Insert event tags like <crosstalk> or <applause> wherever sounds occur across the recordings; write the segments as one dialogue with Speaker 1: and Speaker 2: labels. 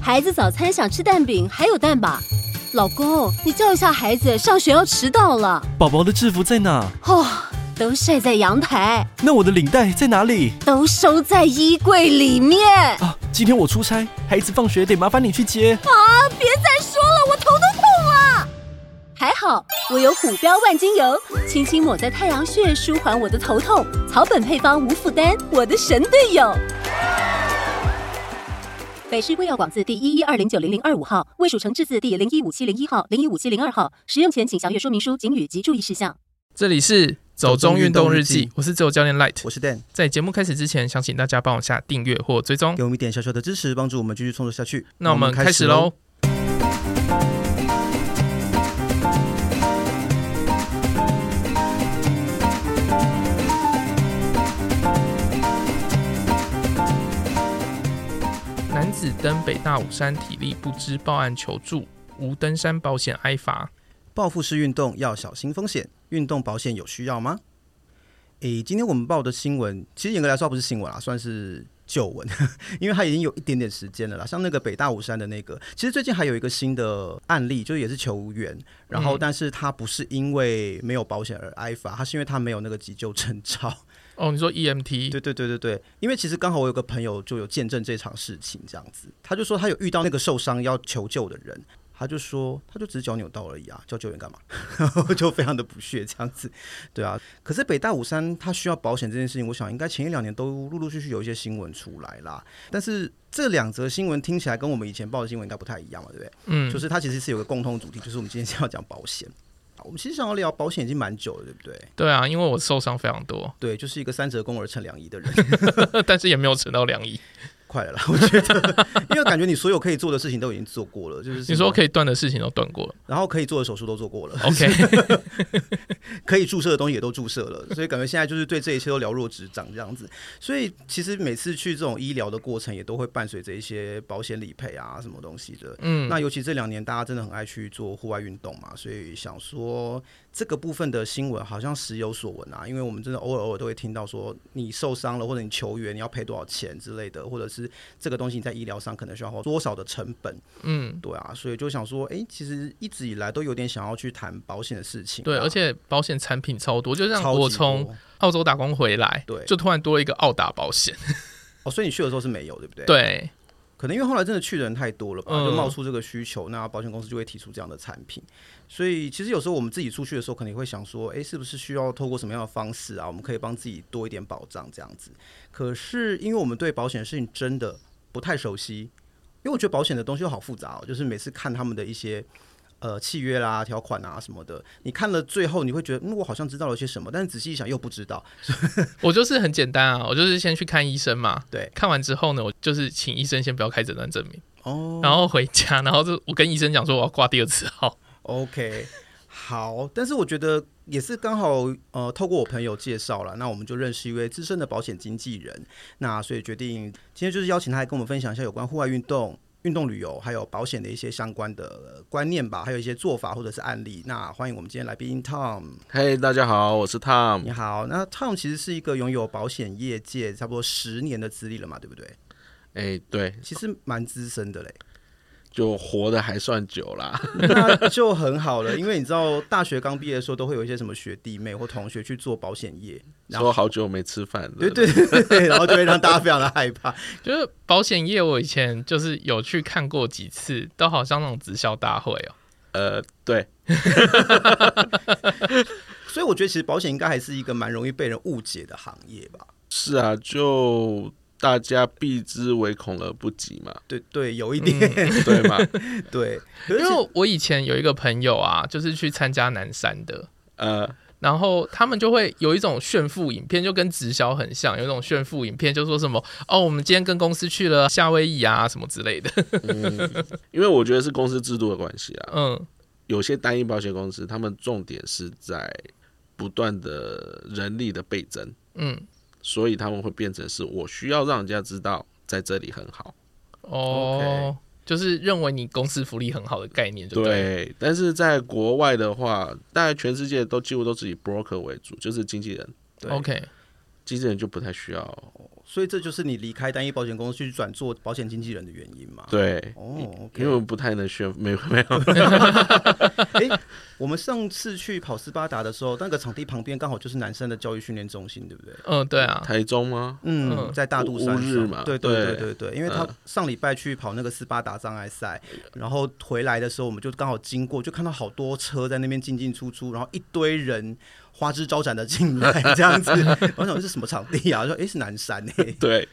Speaker 1: 孩子早餐想吃蛋饼，还有蛋吧？老公，你叫一下孩子，上学要迟到了。
Speaker 2: 宝宝的制服在哪？
Speaker 1: 哦，都晒在阳台，
Speaker 2: 那我的领带在哪里？
Speaker 1: 都收在衣柜里面。
Speaker 2: 啊，今天我出差，孩子放学得麻烦你去接。
Speaker 1: 啊，别再说了，我头都痛了。还好我有虎标万金油，轻轻抹在太阳穴，舒缓我的头痛。草本配方无负担，我的神队友。北市卫药广字第一一二零九零零二五号，卫蜀成字第零一五七零一号、零一五七零二号。使用前请详阅说明书、警语及注意事项。
Speaker 3: 这里是走中运动日
Speaker 4: 走中运动日
Speaker 3: 记
Speaker 4: 记，
Speaker 3: 我是自由教练 Light
Speaker 4: 我。是 Dan，
Speaker 3: 在节目开始之前，想请大家帮我下订阅或追踪
Speaker 4: 给。我们一点小小的支持，帮助我们继续创作下去。
Speaker 3: 那我们开始喽。。男子登北大武山体力不支报案求助，无登山保险挨罚。
Speaker 4: 报复式运动要小心风险，运动保险有需要吗？诶，今天我们报的新闻，其实严格来说它不是新闻啦，算是旧闻， <laughs> 因为它已经有一点点时间了啦。像那个北大武山的那个，其实最近还有一个新的案例，就是也是球员，然后
Speaker 3: 嗯
Speaker 4: 但是他不是因为没有保险而挨罚，他是因为他没有那个急救 <laughs> 证照。
Speaker 3: 哦，你说 EMT？
Speaker 4: 对对对对对，因为其实刚好我有个朋友就有见证这场事情，这样子，他就说他有遇到那个受伤要求救的人，他就说他就只是脚扭到而已啊，叫救援干嘛？ <laughs> 然后就非常的不屑这样子，对啊。可是北大武山他需要保险这件事情，我想应该前一两年都陆陆续续有一些新闻出来啦，但是。这两则新闻听起来跟我们以前报的新闻应该不太一样嘛，对不对？
Speaker 3: 嗯，
Speaker 4: 就是它其实是有个共通主题，就是我们今天是要讲保险。好我们其实想要聊保险已经蛮久了，对不对？
Speaker 3: 对啊，因为我受伤非常多， <laughs>
Speaker 4: 对，就是一个三折肱而成良医的人。
Speaker 3: 但是也没有扯到两亿。
Speaker 4: 快了啦， <laughs> 我觉得，因为感觉你所有可以做的事情都已经做过了，就是
Speaker 3: 你说
Speaker 4: 以，
Speaker 3: 可以断的事情都断过了
Speaker 4: 然后可以做的手术都做过了， <laughs>
Speaker 3: ，OK？
Speaker 4: 可以注射的东西也都注射了， <laughs> 所以感觉现在就是对这一切都了若指掌这样子。所以其实每次去这种医疗的过程，也都会伴随着一些保险理赔啊什么东西的。
Speaker 3: 嗯，
Speaker 4: 那尤其这两年大家真的很爱去做户外运动嘛，所以想说这个部分的新闻好像时有所闻啊，因为我们真的偶尔偶尔都会听到说你受伤了，或者你球员你要赔多少钱之类的，或者是这个东西你在医疗上可能需要花多少的成本，
Speaker 3: 嗯，
Speaker 4: 对啊，所以就想说，哎、其实一直以来都有点想要去谈保险的事情啊，
Speaker 3: 对，而且保险产品超多，就像
Speaker 4: 超级
Speaker 3: 我从
Speaker 4: 多
Speaker 3: 澳洲打工回来，
Speaker 4: 对
Speaker 3: 就突然多一个澳打保险，
Speaker 4: 哦，所以你去的时候是没有，对不对？，
Speaker 3: 对，
Speaker 4: 可能因为后来真的去的人太多了吧，
Speaker 3: 嗯
Speaker 4: 就冒出这个需求，那保险公司就会提出这样的产品。所以其实有时候我们自己出去的时候，可能也会想说，哎、是不是需要透过什么样的方式啊，我们可以帮自己多一点保障这样子？可是因为我们对保险的事情真的不太熟悉，因为我觉得保险的东西都好复杂哦，就是每次看他们的一些。呃，契约啦、条款啊什么的，你看了最后，你会觉得，嗯，我好像知道了些什么，但是仔细一想又不知道。
Speaker 3: 我就是很简单啊，我就是先去看医生嘛，
Speaker 4: 对，
Speaker 3: 看完之后呢，我就是请医生先不要开诊断证明，
Speaker 4: 哦，
Speaker 3: 然后回家，然后就我跟医生讲说我要挂第二次号，
Speaker 4: OK，好，但是我觉得也是刚好呃，透过我朋友介绍了，那我们就认识一位资深的保险经纪人，那所以决定今天就是邀请他来跟我们分享一下有关户外运动。运动旅游还有保险的一些相关的呃观念吧，还有一些做法或者是案例。那欢迎我们今天来宾 Tom，
Speaker 5: 嘿大家好，我是 Tom
Speaker 4: 你。好。那 Tom 其实是一个拥有保险业界差不多十年的资历了嘛，对不对？
Speaker 5: 哎、对，
Speaker 4: 其实蛮资深的嘞。
Speaker 5: 就活的还算久啦。
Speaker 4: 那就很好了，因为你知道大学刚毕业的时候，都会有一些什么学弟妹或同学去做保险业， <laughs> 然后
Speaker 5: 说好久没吃饭了。
Speaker 4: 对对对 <laughs> 对，然后就会让大家非常的害怕。
Speaker 3: 就是保险业我以前就是有去看过几次，都好像那种直销大会哦，
Speaker 5: 呃，对，
Speaker 4: 所以我觉得其实保险应该还是一个蛮容易被人误解的行业吧。
Speaker 5: 是啊，就大家避之唯恐而不及
Speaker 4: <laughs>
Speaker 5: 嘛，
Speaker 4: 对对，有一点、
Speaker 5: 对嘛？
Speaker 4: <laughs> 对，可
Speaker 3: 因
Speaker 4: 是其
Speaker 3: 为我以前有一个朋友啊，就是去参加南山的，
Speaker 5: 呃，
Speaker 3: 然后他们就会有一种炫富影片，就跟直销很像，有一种炫富影片，就说什么哦，我们今天跟公司去了夏威夷啊，什么之类
Speaker 4: <laughs>
Speaker 3: 的。
Speaker 5: 因为我觉得是公司制度的关系啊，
Speaker 3: 嗯，
Speaker 5: 有些单一保险公司，他们重点是在不断的人力的倍增，
Speaker 3: 嗯，
Speaker 5: 所以他们会变成是我需要让人家知道在这里很好。
Speaker 3: 哦就是认为你公司福利很好的概念就对了。
Speaker 5: 对，但是在国外的话，大概全世界都几乎都是以 broker 为主，就是经纪人。
Speaker 4: 对
Speaker 3: o k
Speaker 5: 经纪人就不太需要。
Speaker 4: 所以这就是你离开单一保险公司去转做保险经纪人的原因嘛？
Speaker 5: 对，
Speaker 4: 哦，OK，
Speaker 5: 因为我不太能宣，没有没有，
Speaker 4: 我们上次去跑斯巴达的时候，那个场地旁边刚好就是男生的教育训练中心，对不对？
Speaker 3: 嗯，对啊，
Speaker 5: 台中
Speaker 4: <laughs>
Speaker 5: 吗？
Speaker 4: 嗯，
Speaker 3: 嗯
Speaker 4: 在大肚山上
Speaker 5: 乌乌日嘛
Speaker 4: 对对对
Speaker 5: 对
Speaker 4: 对对，因为他上礼拜去跑那个斯巴达障碍赛，然后回来的时候，我们就刚好经过，就看到好多车在那边进进出出，然后一堆人花枝招展的进来这样子。我想这是什么场地啊？说诶是南山欸诶、 <laughs>
Speaker 5: 对，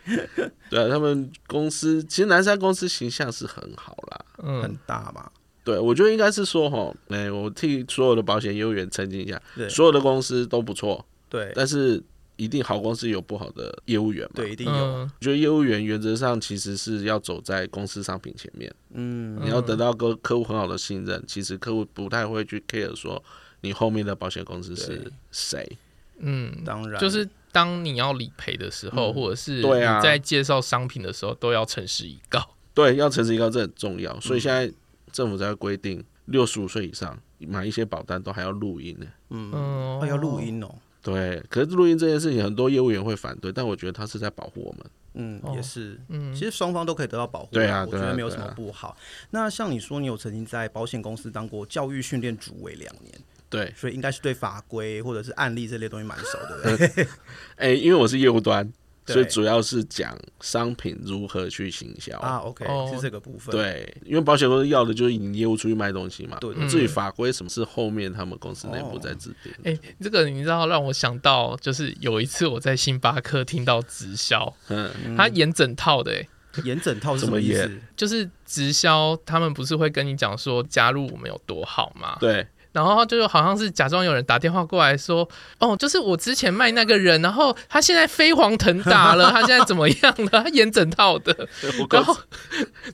Speaker 5: 对啊，他们公司其实南山公司形象是很好啦。
Speaker 4: 很
Speaker 3: 嗯，
Speaker 4: 大嘛。
Speaker 5: 对，我觉得应该是说哈，哎、我替所有的保险业务员澄清一下，
Speaker 4: 对
Speaker 5: 所有的公司都不错，
Speaker 4: 对
Speaker 5: 但是一定好公司有不好的业务员嘛。
Speaker 4: 对，一定有。
Speaker 3: 嗯，
Speaker 5: 我觉得业务员原则上其实是要走在公司商品前面，
Speaker 4: 嗯，
Speaker 5: 你要得到客客户很好的信任，其实客户不太会去 care 说你后面的保险公司是
Speaker 4: 对
Speaker 5: 谁。
Speaker 3: 嗯，
Speaker 4: 当然嗯
Speaker 3: 就是当你要理赔的时候，或者是
Speaker 5: 对啊
Speaker 3: 你在介绍商品的时候，都要诚实以告。
Speaker 5: 对，要诚实一告这很重要，所以现在政府才会规定六十五岁以上买一些保单都还要录音呢。
Speaker 3: 嗯
Speaker 4: 哦要录，音哦。
Speaker 5: 对，可是录音这件事情，很多业务员会反对，但我觉得他是在保护我们。
Speaker 4: 嗯，
Speaker 3: 哦
Speaker 4: 也是。
Speaker 3: 嗯
Speaker 4: 其实双方都可以得到保护啦，
Speaker 5: 对啊
Speaker 4: 我觉
Speaker 5: 对啊
Speaker 4: 得没有什
Speaker 5: 对啊
Speaker 4: 么不好。那像你说，你有曾经在保险公司当过教育训练主委两年，
Speaker 5: 对，
Speaker 4: 所以应该是对法规或者是案例这类东西蛮熟的，对不对？
Speaker 5: 哎、因为我是业务端，
Speaker 4: 对
Speaker 5: 所以主要是讲商品如何去行销。
Speaker 4: 啊，OK，
Speaker 3: 哦
Speaker 4: 是这个部分。，
Speaker 5: 对，因为保险公司要的就是你业务出去卖东西嘛。
Speaker 4: 对
Speaker 3: 对
Speaker 5: 至于
Speaker 3: 嗯
Speaker 5: 法规什么是后面他们公司内部在制定。
Speaker 3: 哎、这个你知道让我想到，就是有一次我在星巴克听到直销，
Speaker 5: 嗯，
Speaker 3: 他演整套的、哎，
Speaker 4: 演整套是什么意思？
Speaker 3: 就是直销，他们不是会跟你讲说加入我们有多好吗？
Speaker 5: 对，
Speaker 3: 然后就好像是假装有人打电话过来说，哦，就是我之前卖那个人，然后他现在飞黄腾达了，他现在怎么样了？他演整套的，
Speaker 5: 我
Speaker 3: 然
Speaker 5: 刚
Speaker 3: 后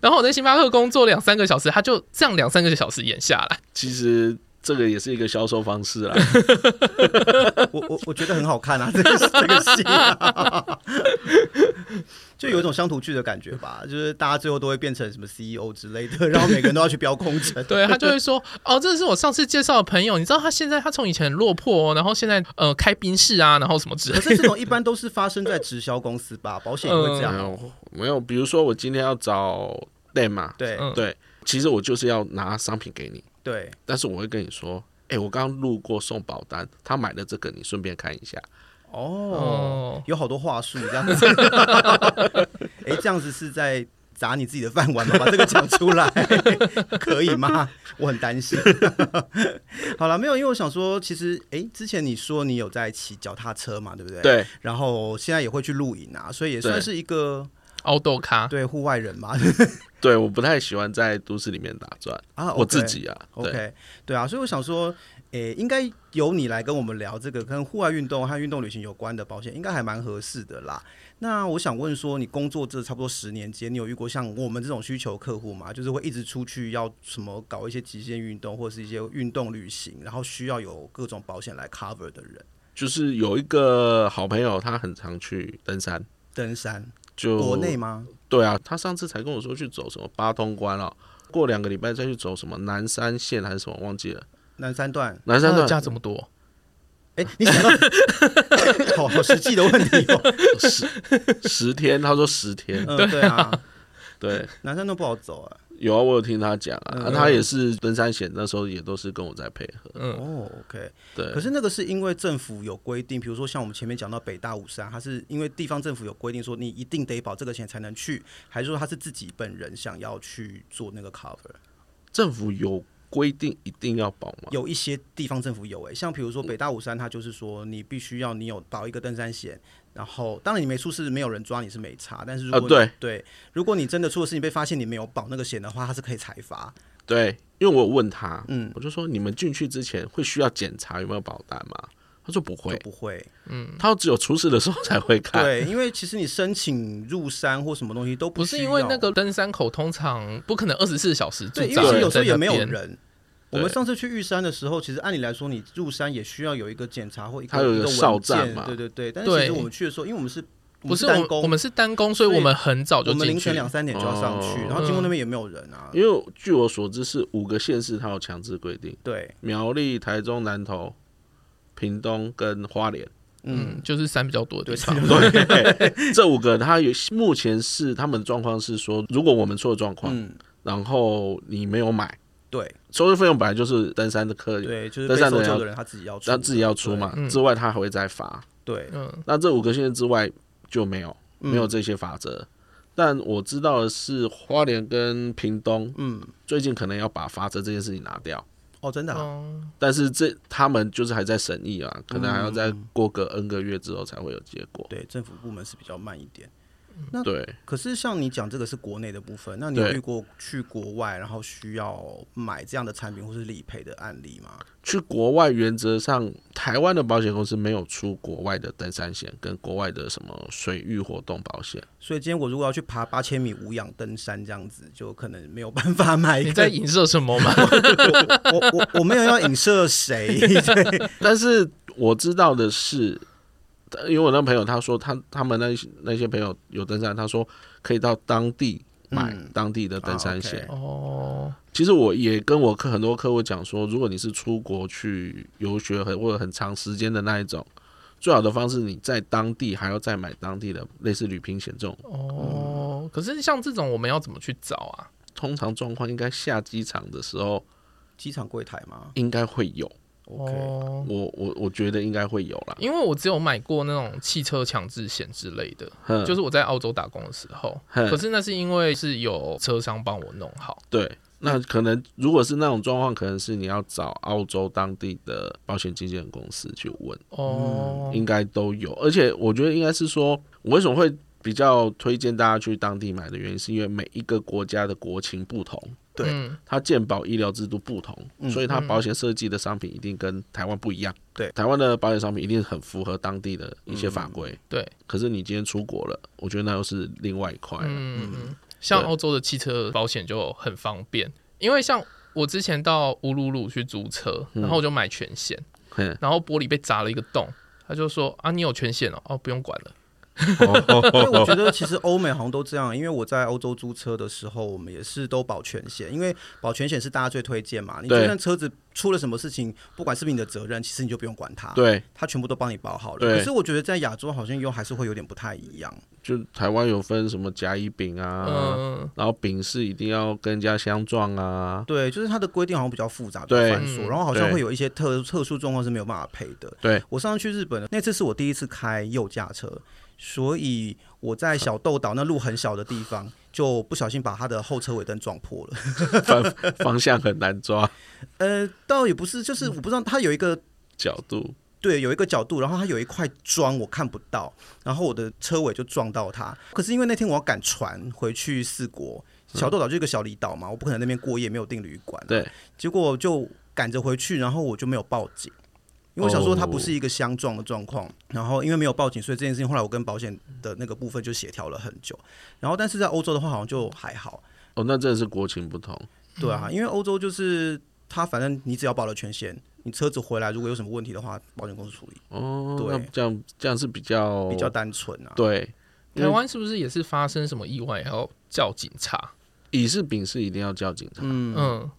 Speaker 3: 然后我在星巴克工作两三个小时，他就这样两三个小时演下来，
Speaker 5: <laughs> 其实这个也是一个销售方式啦。
Speaker 4: 我我我觉得很好看啊，这 <laughs> 个这个戏、啊， <laughs> 就有一种乡土剧的感觉吧，就是大家最后都会变成什么 CEO 之类的，然后每个人都要去标空乘。
Speaker 3: <laughs> 对他就会说，哦，这是我上次介绍的朋友，你知道他现在他从以前很落魄、哦，然后现在呃开宾士啊，然后什么之类
Speaker 4: 可
Speaker 3: 的，
Speaker 4: 是这种一般都是发生在直销公司吧，保险也会这样
Speaker 5: 没
Speaker 4: 哦。
Speaker 5: 有，没有。比如说我今天要找 Dan 嘛，
Speaker 4: 对
Speaker 3: 嗯
Speaker 5: 对，其实我就是要拿商品给你，
Speaker 4: 对，
Speaker 5: 但是我会跟你说，哎、我刚刚路过送保单，他买的这个，你顺便看一下。
Speaker 4: 哦
Speaker 3: 哦，
Speaker 4: 有好多话术这样子。 <laughs> 哎、这样子是在砸你自己的饭碗吗？把这个讲出来 <laughs> 可以吗？我很担心。 <laughs> 好了，没有，因为我想说，其实哎、诶之前你说你有在骑脚踏车嘛，对不对？。
Speaker 5: 对，
Speaker 4: 然后现在也会去露营啊，所以也算
Speaker 5: 对
Speaker 4: 是一个
Speaker 3: 凹豆咖，
Speaker 4: 对户外人嘛。
Speaker 5: 对，我不太喜欢在都市里面打转，
Speaker 4: 啊，
Speaker 5: 我自己啊，
Speaker 4: OK，,
Speaker 5: 对，
Speaker 4: 对啊，所以我想说，诶、应该由你来跟我们聊这个跟户外运动和运动旅行有关的保险，应该还蛮合适的啦。那我想问说，你工作这差不多十年间，你有遇过像我们这种需求客户吗？就是会一直出去要什么搞一些极限运动或是一些运动旅行，然后需要有各种保险来 cover 的人，
Speaker 5: 就是有一个好朋友，他很常去登山，
Speaker 4: 登山，
Speaker 5: 就
Speaker 4: 国内吗？
Speaker 5: 对啊，他上次才跟我说去走什么八通关哦，过两个礼拜再去走什么南山线还是什么忘记了，
Speaker 4: 南山段，
Speaker 5: 南山
Speaker 3: 那
Speaker 5: 段
Speaker 3: 加这么多，
Speaker 4: 哎、你 <laughs> 想到好好实际的问题哦、
Speaker 5: 十十天，他说十天，
Speaker 4: 嗯，对啊，
Speaker 5: 对，
Speaker 4: 南山段不好走啊。
Speaker 5: 有啊，我有听他讲啊，
Speaker 4: 嗯
Speaker 5: 啊他也是登山险，那时候也都是跟我在配合，
Speaker 3: 嗯，
Speaker 4: 哦，OK，
Speaker 5: 对，
Speaker 4: 可是那个是因为政府有规定，比如说像我们前面讲到北大武山，它是因为地方政府有规定说你一定得保这个钱才能去，还是说他是自己本人想要去做那个 cover？
Speaker 5: 政府有规定一定要保吗？
Speaker 4: 有一些地方政府有诶、像比如说北大武山，它就是说你必须要你有保一个登山险，然后当然你没出事，没有人抓你是没差，但是如果
Speaker 3: 哦
Speaker 4: 你、
Speaker 5: 啊对
Speaker 4: 如果你真的出了事情被发现你没有保那个险的话，它是可以裁罚。
Speaker 5: 对，因为我有问他，
Speaker 4: 嗯，
Speaker 5: 我就说你们进去之前会需要检查有没有保单吗？他说不会
Speaker 4: 就，不会，
Speaker 5: 他只有出事的时候才会看。
Speaker 4: 对，因为其实你申请入山或什么东西都
Speaker 3: 不
Speaker 4: 需
Speaker 3: 是
Speaker 4: 要
Speaker 3: 因为那个登山口通常不可能二十四小时驻
Speaker 4: 对，因
Speaker 3: 扎
Speaker 4: 为其实
Speaker 3: 人
Speaker 4: 有时
Speaker 3: 在
Speaker 4: 候
Speaker 3: 那
Speaker 4: 也没有
Speaker 3: 边，
Speaker 4: 人。我们
Speaker 5: 对
Speaker 4: 上次去玉山的时候，其实按理来说，你入山也需要有一个检查或一
Speaker 5: 它有
Speaker 4: 个
Speaker 5: 一个
Speaker 4: 个
Speaker 5: 哨
Speaker 4: 文
Speaker 5: 站
Speaker 4: 件，
Speaker 5: 嘛
Speaker 4: 对对对。但是其
Speaker 3: 对
Speaker 4: 实我们去的时候，因为我们是
Speaker 3: 不
Speaker 4: 我们
Speaker 3: 是
Speaker 4: 是
Speaker 3: 我
Speaker 4: 单
Speaker 3: 们
Speaker 4: 工，
Speaker 3: 我们是单工，所以
Speaker 4: 所以
Speaker 3: 我们很早就
Speaker 4: 我们
Speaker 3: 进
Speaker 4: 凌
Speaker 3: 去
Speaker 4: 晨。两三点就要上去，
Speaker 5: 哦嗯
Speaker 4: 然后经过那边也没有人啊。
Speaker 5: 因为据我所知是五个县市它有强制规定，
Speaker 4: 对，
Speaker 5: 苗栗、台中、南投、屏东跟花莲，
Speaker 4: 嗯，
Speaker 3: 就是山比较多的地方。
Speaker 5: 对，这五个他有目前是他们的状况是说，如果我们出了状况，
Speaker 4: 嗯，
Speaker 5: 然后你没有买，
Speaker 4: 对
Speaker 5: 收入费用本来就是登山的客人，
Speaker 4: 对，就是
Speaker 5: 登
Speaker 4: 被
Speaker 5: 山
Speaker 4: 搜
Speaker 5: 的人
Speaker 4: 救
Speaker 5: 要
Speaker 4: 的人他自己要出，
Speaker 5: 他自己要出嘛，
Speaker 3: 嗯
Speaker 5: 之外他还会再罚。
Speaker 4: 对，
Speaker 3: 嗯，
Speaker 5: 那这五个县之外就没有
Speaker 4: 嗯
Speaker 5: 没有这些法则。但我知道的是，花莲跟屏东
Speaker 4: 嗯，
Speaker 5: 最近可能要把法则这件事情拿掉，
Speaker 4: 哦，真的啊，
Speaker 3: 哦，
Speaker 5: 但是这他们就是还在审议啊，可能还要再
Speaker 4: 嗯
Speaker 5: 过个 N 个月之后才会有结果。
Speaker 4: 对，政府部门是比较慢一点。
Speaker 5: 对，
Speaker 4: 可是像你讲这个是国内的部分，那你有
Speaker 5: 对
Speaker 4: 遇过去国外然后需要买这样的产品或是理赔的案例吗？
Speaker 5: 去国外原则上，台湾的保险公司没有出国外的登山险跟国外的什么水域活动保险。
Speaker 4: 所以今天我如果要去爬八千米无氧登山这样子，就可能没有办法买一
Speaker 3: 你
Speaker 4: 个。
Speaker 3: 在影射什么
Speaker 4: <laughs>
Speaker 3: 吗？
Speaker 4: 我我我没有要影
Speaker 3: <laughs>
Speaker 4: 射谁，对，
Speaker 5: 但是我知道的是，因为我那朋友他说他他们那些那些朋友有登山，他说可以到当地买
Speaker 4: 嗯
Speaker 5: 当地的登山
Speaker 4: 啊
Speaker 5: 险。
Speaker 4: ，OK
Speaker 3: 哦，
Speaker 5: 其实我也跟我客很多客户讲说，如果你是出国去游学很或者很长时间的那一种，最好的方式你在当地还要再买当地的类似旅行险这种。
Speaker 3: 哦，可是像这种我们要怎么去找啊？
Speaker 5: 通常状况应该下机场的时候
Speaker 4: 机场柜台吗
Speaker 5: 应该会有，
Speaker 4: ？OK，、
Speaker 3: 哦，
Speaker 5: 我我我觉得应该会有啦。
Speaker 3: 因为我只有买过那种汽车强制险之类的，
Speaker 5: 嗯，
Speaker 3: 就是我在澳洲打工的时候，
Speaker 5: 嗯
Speaker 3: 可是那是因为是有车商帮我弄好。
Speaker 5: 对，那可能如果是那种状况，可能是你要找澳洲当地的保险经纪人公司去问，
Speaker 3: 哦，
Speaker 5: 应该都有。而且我觉得应该是说，我为什么会比较推荐大家去当地买的原因，是因为每一个国家的国情不同，
Speaker 4: 对
Speaker 3: 嗯
Speaker 5: 它健保医疗制度不同，
Speaker 4: 嗯
Speaker 5: 所以它保险设计的商品一定跟台湾不一样。
Speaker 4: 对嗯
Speaker 5: 台湾的保险商品一定很符合当地的一些法规。
Speaker 3: 对，
Speaker 5: 可是你今天出国了，我觉得那又是另外一块了。
Speaker 3: 嗯嗯，像
Speaker 5: 对
Speaker 3: 澳洲的汽车保险就很方便，因为像我之前到乌鲁鲁去租车，然后我就买全险，
Speaker 5: 嗯，
Speaker 3: 然后玻璃被砸了一个洞，他就说啊，你有全险哦，哦，不用管了。
Speaker 4: 因为我觉得其实欧美好像都这样，因为我在欧洲租车的时候，我们也是都保全险，因为保全险是大家最推荐嘛。你就
Speaker 5: 对
Speaker 4: 算车子出了什么事情，不管是不是你的责任，其实你就不用管它，，
Speaker 5: 对，
Speaker 4: 它全部都帮你保好了。
Speaker 5: 对
Speaker 4: 可是我觉得在亚洲好像又还是会有点不太一样。
Speaker 5: 就台湾有分什么甲乙丙啊，
Speaker 3: 嗯，
Speaker 5: 然后丙是一定要跟人家相撞啊，
Speaker 4: 对，就是它的规定好像比较复杂、比较
Speaker 5: 对
Speaker 4: 繁琐，
Speaker 3: 嗯
Speaker 4: 然后好像
Speaker 5: 对
Speaker 4: 会有一些特特殊状况是没有办法赔的。
Speaker 5: 对
Speaker 4: 我上次去日本，那次是我第一次开右驾车，所以我在小豆岛那路很小的地方，就不小心把它的后车尾灯撞破了。
Speaker 5: 方方向很难抓，
Speaker 4: 呃，倒也不是，就是我不知道它有一个
Speaker 5: 角度
Speaker 4: 对有一个角度，然后它有一块砖我看不到，然后我的车尾就撞到它。可是因为那天我要赶船回去四国，小豆岛就一个小离岛嘛，我不可能那边过夜，没有订旅馆、
Speaker 5: 对，
Speaker 4: 结果就赶着回去，然后我就没有报警。因为我想说它不是
Speaker 5: 哦
Speaker 4: 一个相撞的状况然后因为没有报警，所以这件事情后来我跟保险的那个部分就协调了很久。然后但是在欧洲的话好像就还好，
Speaker 5: 哦，那真的是国情不同，
Speaker 4: 对啊，因为欧洲就是它，反正你只要保了全险，你车子回来如果有什么问题的话，保险公司处理，
Speaker 5: 哦，
Speaker 4: 对
Speaker 5: 那这样这样是比较
Speaker 4: 比较单纯啊。，
Speaker 5: 对，
Speaker 3: 台湾是不是也是发生什么意外还要叫警察？
Speaker 5: 乙是丙是一定要叫警察，
Speaker 3: 嗯，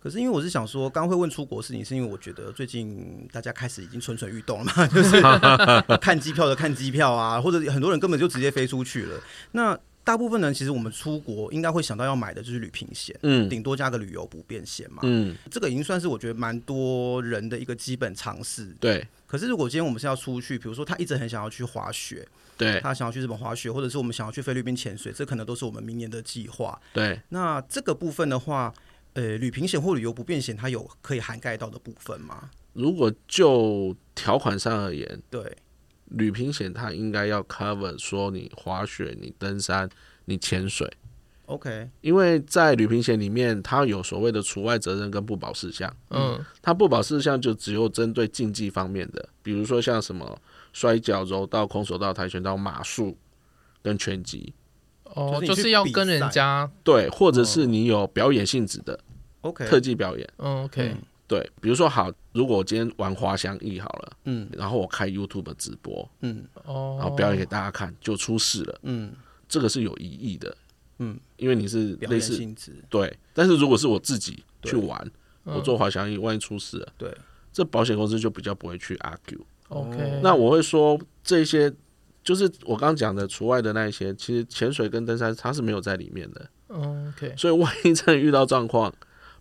Speaker 4: 可是因为我是想说，刚刚会问出国事情，是因为我觉得最近大家开始已经蠢蠢欲动了嘛， <laughs> 就是
Speaker 5: <laughs>
Speaker 4: 看机票的看机票啊，或者很多人根本就直接飞出去了。那大部分人其实我们出国应该会想到要买的就是旅行险，
Speaker 5: 嗯
Speaker 4: 顶多加个旅游不便险嘛。
Speaker 5: 嗯，
Speaker 4: 这个已经算是我觉得蛮多人的一个基本常识。
Speaker 5: 对
Speaker 4: 可是如果今天我们是要出去，比如说他一直很想要去滑雪，
Speaker 5: 对
Speaker 4: 他想要去日本滑雪，或者是我们想要去菲律宾潜水，这可能都是我们明年的计划。
Speaker 5: 对，
Speaker 4: 那这个部分的话，呃，旅平险或旅游不便险，它有可以涵盖到的部分吗？
Speaker 5: 如果就条款上而言，
Speaker 4: 对，
Speaker 5: 旅平险它应该要 cover 说你滑雪、你登山、你潜水。
Speaker 4: ，OK，
Speaker 5: 因为在旅行险里面，它有所谓的除外责任跟不保事项。
Speaker 3: 嗯，
Speaker 5: 它不保事项就只有针对竞技方面的，比如说像什么摔跤、柔道、空手道、跆拳道、马术跟拳击，
Speaker 3: 哦，
Speaker 4: 就
Speaker 3: 就是
Speaker 4: 你去
Speaker 3: 是要跟人家，
Speaker 5: 对，或者
Speaker 4: 哦
Speaker 5: 是你有表演性质的、
Speaker 4: ，OK，
Speaker 5: 特技表演，
Speaker 3: 嗯，OK，
Speaker 5: 对，比如说好，如果我今天玩滑翔翼好了，
Speaker 4: 嗯
Speaker 5: 然后我开 YouTube 直播，
Speaker 4: 嗯
Speaker 3: 哦，
Speaker 5: 然后表演给大家看，就出事了，
Speaker 4: 嗯，
Speaker 5: 这个是有疑义的，
Speaker 4: 嗯，
Speaker 5: 因为你是
Speaker 4: 表
Speaker 5: 类
Speaker 4: 演
Speaker 5: 似
Speaker 4: 性质，
Speaker 5: 对，但是如果是我自己
Speaker 4: 对嗯
Speaker 5: 去玩，我做滑翔翼，万一出事了，
Speaker 4: 对，
Speaker 5: 这保险公司就比较不会去 argue，
Speaker 3: OK，
Speaker 5: 那我会说这些，就是我刚刚讲的除外的那一些，其实潜水跟登山它是没有在里面的。
Speaker 3: OK，
Speaker 5: 所以万一真的遇到状况，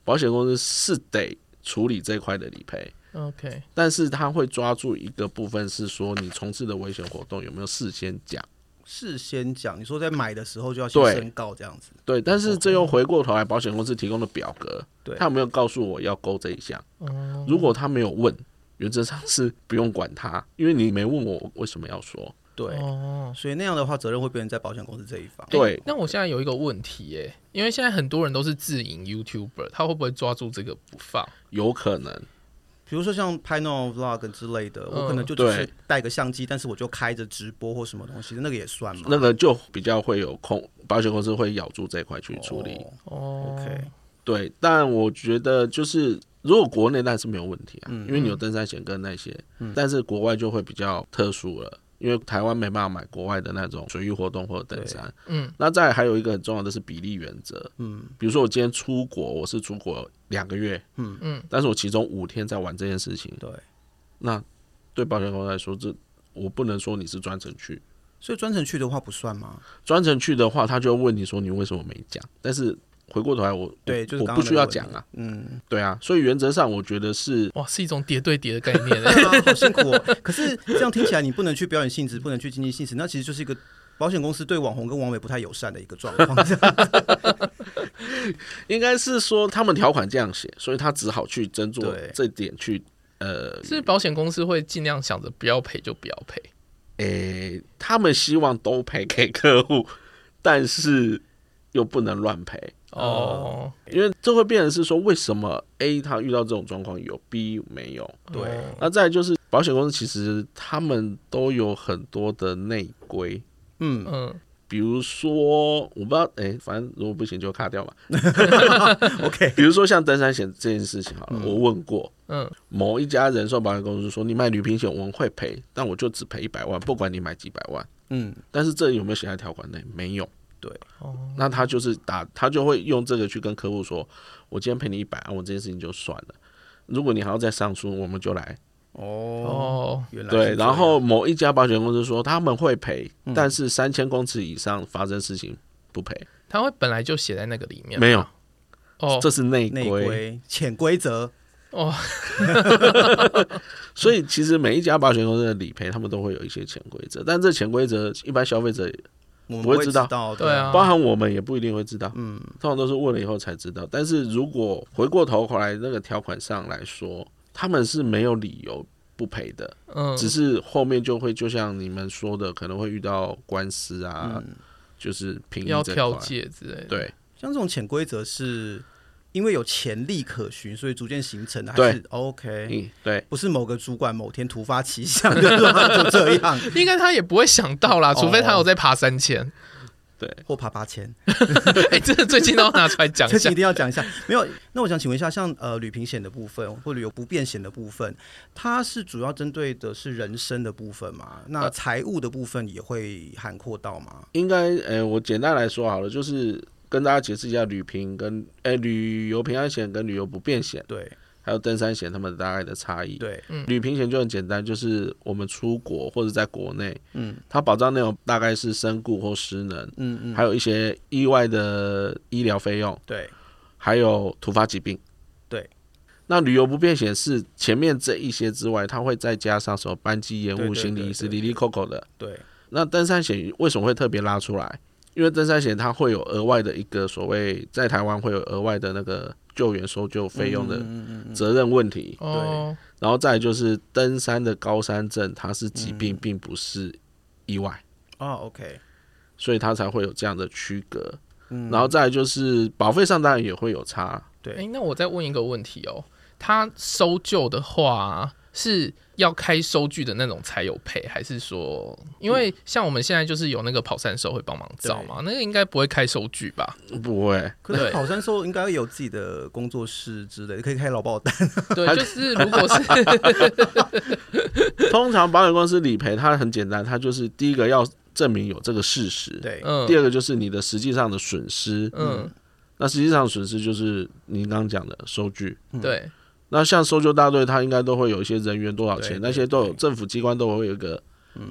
Speaker 5: 保险公司是得处理这块的理赔，
Speaker 3: OK，
Speaker 5: 但是他会抓住一个部分是说你从事的危险活动有没有事先讲。
Speaker 4: 事先讲，你说在买的时候就要先
Speaker 5: 对
Speaker 4: 申告这样子，
Speaker 5: 对，但是这又回过头来，保险公司提供的表格，
Speaker 4: 对
Speaker 5: 他有没有告诉我要勾这一项？
Speaker 3: 哦，
Speaker 5: 如果他没有问，原则上是不用管他，因为你没问我，我为什么要说？
Speaker 4: 对，
Speaker 3: 哦，
Speaker 4: 所以那样的话责任会变成在保险公司这一方。
Speaker 5: 对
Speaker 3: 诶那我现在有一个问题耶、因为现在很多人都是自营 YouTuber，他会不会抓住这个不放？
Speaker 5: 有可能，
Speaker 4: 比如说像拍那种 vlog 之类的，我可能就
Speaker 5: 嗯
Speaker 4: 只
Speaker 5: 对
Speaker 4: 是带个相机，但是我就开着直播或什么东西，那个也算吗？
Speaker 5: 那个就比较会有空，保险公司会咬住这块去处理。
Speaker 4: 哦
Speaker 3: 哦
Speaker 4: OK，
Speaker 5: 对，但我觉得就是如果国内那是没有问题啊，
Speaker 4: 嗯
Speaker 5: 因为你有登山险跟那些，但是国外就会比较特殊了。因为台湾没办法买国外的那种水域活动或者登山，
Speaker 3: 嗯，
Speaker 5: 那再来还有一个很重要的是比例原则，
Speaker 4: 嗯
Speaker 5: 比如说我今天出国，我是出国两个月，
Speaker 4: 嗯
Speaker 3: 嗯，
Speaker 5: 但是我其中五天在玩这件事情，
Speaker 4: 对，
Speaker 5: 那对保险公司来说，这我不能说你是专程去，
Speaker 4: 所以专程去的话不算吗？
Speaker 5: 专程去的话，他就会问你说你为什么没讲，但是回过头来我
Speaker 4: 对就是
Speaker 5: 我
Speaker 4: 刚刚
Speaker 5: 不需要
Speaker 4: 那个
Speaker 5: 讲
Speaker 4: 问题
Speaker 5: 啊，
Speaker 4: 嗯，
Speaker 5: 对啊，所以原则上我觉得是
Speaker 3: 哇，是一种叠对叠的概念、欸。
Speaker 4: 对啊，好辛苦哦。可是这样听起来，你不能去表演性质，不能去经济性质，那其实就是一个保险公司对网红跟网美不太友善的一个状况。
Speaker 5: 应该是说他们条款这样写，所以他只好去斟酌
Speaker 4: 对
Speaker 5: 这点去，呃，
Speaker 3: 是保险公司会尽量想着不要赔就不要赔，
Speaker 5: 诶、他们希望都赔给客户，但是又不能乱赔，
Speaker 3: 哦，
Speaker 5: 因为这会变成是说，为什么 A 他遇到这种状况有，B 没有？
Speaker 4: 对，
Speaker 5: 那再来就是保险公司其实他们都有很多的内规。
Speaker 4: 嗯，
Speaker 3: 嗯，
Speaker 5: 比如说，我不知道，诶，反正如果不行就卡掉嘛。
Speaker 4: <laughs> OK
Speaker 5: 比如说像登山险这件事情，好了，我问过，
Speaker 3: 嗯，
Speaker 5: 某一家人寿保险公司说，你买旅平险我们会赔，但我就只赔一百万，不管你买几百万。
Speaker 4: 嗯，
Speaker 5: 但是这有没有写在条款内？没有。
Speaker 4: 对，
Speaker 3: 哦，
Speaker 5: 那他就是打，他就会用这个去跟客户说，我今天赔你一百万，我这件事情就算了。如果你还要再上诉，我们就来。
Speaker 4: <laughs> 哦，
Speaker 3: 哦，
Speaker 4: 原来是
Speaker 5: 对，
Speaker 4: 这样
Speaker 5: 然后某一家保险公司说他们会赔，但是三千公尺以上发生事情不赔，
Speaker 3: 他会本来就写在那个里面，啊
Speaker 5: 没有，
Speaker 3: 哦，
Speaker 5: 这是内
Speaker 4: 内规潜规则，
Speaker 3: 哦，
Speaker 5: 所以其实每一家保险公司的理赔，他们都会有一些潜规则，但这潜规则一般消费者
Speaker 4: 我们
Speaker 5: 不会
Speaker 4: 知
Speaker 5: 知道
Speaker 4: 道
Speaker 3: 对啊
Speaker 5: 包含我们也不一定会知道，嗯，通常都是问了以后才知道。但是如果回过头来那个条款上来说，他们是没有理由不赔的，
Speaker 3: 嗯，
Speaker 5: 只是后面就会就像你们说的，可能会遇到官司啊，就是评议
Speaker 3: 要
Speaker 5: 这
Speaker 3: 调
Speaker 5: 块，
Speaker 3: 解之类的，
Speaker 5: 对
Speaker 4: 像这种潜规则是因为有潜力可循，所以逐渐形成的，还
Speaker 5: 对
Speaker 4: 是 OK？
Speaker 5: 嗯，对，
Speaker 4: 不是某个主管某天突发奇想就突然就这
Speaker 5: <laughs>
Speaker 4: 样，
Speaker 3: 应该他也不会想到啦，
Speaker 4: 哦
Speaker 3: 除非他有在爬三千。
Speaker 4: 或爬八千，
Speaker 3: 哎、真的最近都要拿出来讲一
Speaker 4: 这
Speaker 3: 下
Speaker 4: 一。定要讲一下。没有，那我想请问一下，像呃旅平险的部分或旅游不便险的部分，它是主要针对的是人身的部分嘛？那
Speaker 5: 呃
Speaker 4: 财务的部分也会涵括到吗？
Speaker 5: 应该，呃，我简单来说好了，就是跟大家解释一下旅平跟，呃，旅游平安险跟旅游不便险，
Speaker 4: 对
Speaker 5: 还有登山险他们大概的差异。
Speaker 4: 对，
Speaker 5: 旅平险就很简单，就是我们出国或者在国内，
Speaker 4: 嗯
Speaker 5: 它保障内容大概是身故或失能，
Speaker 4: 嗯嗯，
Speaker 5: 还有一些意外的医疗费用，
Speaker 4: 对
Speaker 5: 还有突发疾病。
Speaker 4: 对，
Speaker 5: 那旅游不便险是前面这一些之外，它会再加上什么班机延
Speaker 4: 对
Speaker 5: 误、
Speaker 4: 对
Speaker 5: 行
Speaker 4: 对
Speaker 5: 李遗失、
Speaker 4: 对
Speaker 5: 里里扣扣的。
Speaker 4: 对，
Speaker 5: 那登山险为什么会特别拉出来？因为登山险它会有额外的一个所谓在台湾会有额外的那个救援搜救费用的
Speaker 4: 嗯嗯嗯
Speaker 5: 责任问题。
Speaker 3: 哦，
Speaker 5: 然后再来就是登山的高山症，它是疾
Speaker 4: 嗯
Speaker 5: 病，并不是意外，
Speaker 4: 哦，OK，
Speaker 5: 所以它才会有这样的区隔。
Speaker 4: 嗯
Speaker 5: 然后再来就是保费上当然也会有差，
Speaker 3: 哎、
Speaker 4: 对，
Speaker 3: 那我再问一个问题哦，他搜救的话是要开收据的那种才有赔，还是说，因
Speaker 4: 嗯
Speaker 3: 为像我们现在就是有那个跑山手会帮忙找嘛，那个应该不会开收据吧？
Speaker 5: 不会，
Speaker 4: 可能
Speaker 3: 对
Speaker 4: 跑山兽应该有自己的工作室之类的，可以开劳保单。
Speaker 3: 对，就是如果是
Speaker 4: <laughs>
Speaker 5: 通常保险公司理赔它很简单，它就是第一个要证明有这个事实，，
Speaker 4: 对
Speaker 3: 嗯
Speaker 5: 第二个就是你的实际上的损失，
Speaker 3: 嗯
Speaker 5: 那实际上的损失就是您刚刚讲的收据，
Speaker 3: 对
Speaker 5: 那像搜救大队，它应该都会有一些人员多少
Speaker 4: 对嗯
Speaker 5: 钱，那些都有政府机关都会有一个，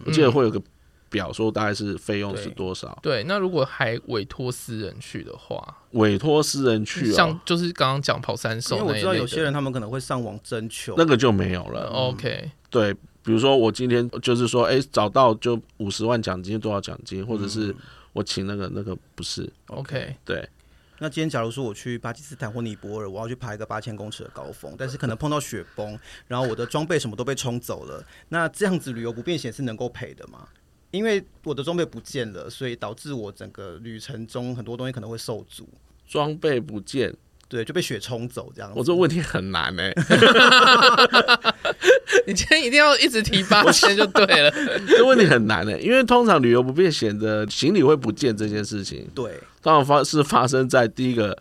Speaker 5: 我记得会有个表说大概是费用是
Speaker 4: 对
Speaker 5: 多少，
Speaker 3: 对，那如果还委托私人去的话，
Speaker 5: 委托私人去哦
Speaker 3: 像，就是刚刚讲跑山
Speaker 4: 因
Speaker 3: 兽嗯
Speaker 4: 为
Speaker 3: 那
Speaker 4: 我
Speaker 3: 一类
Speaker 4: 知
Speaker 3: 的，
Speaker 4: 道有些人他们可能会上网征求，
Speaker 5: 那个就没有
Speaker 3: 呃
Speaker 5: 了。
Speaker 4: 嗯
Speaker 3: OK，
Speaker 5: 对，比如说我今天就是说，哎，找到就五十万奖金多少奖金，或者
Speaker 4: 嗯
Speaker 5: 是我请那个那个不是，
Speaker 3: OK， <laughs>
Speaker 5: 对
Speaker 4: 那今天假如说我去巴基斯坦或尼泊尔，我要去爬一个八千公尺的高峰，但是可能碰到雪崩，然后我的装备什么都被冲走了，那这样子旅游不便险是能够赔的吗？因为我的装备不见了，所以导致我整个旅程中很多东西可能会受阻，
Speaker 5: 装备不见，
Speaker 4: 对，就被雪冲走这样子。
Speaker 5: 我这问题很难哎、
Speaker 3: 你今天一定要一直提八千就对了。
Speaker 5: 这问题很难的、因为通常旅游不便险的行李会不见这件事情，
Speaker 4: 对，
Speaker 5: 当然发是发生在第一个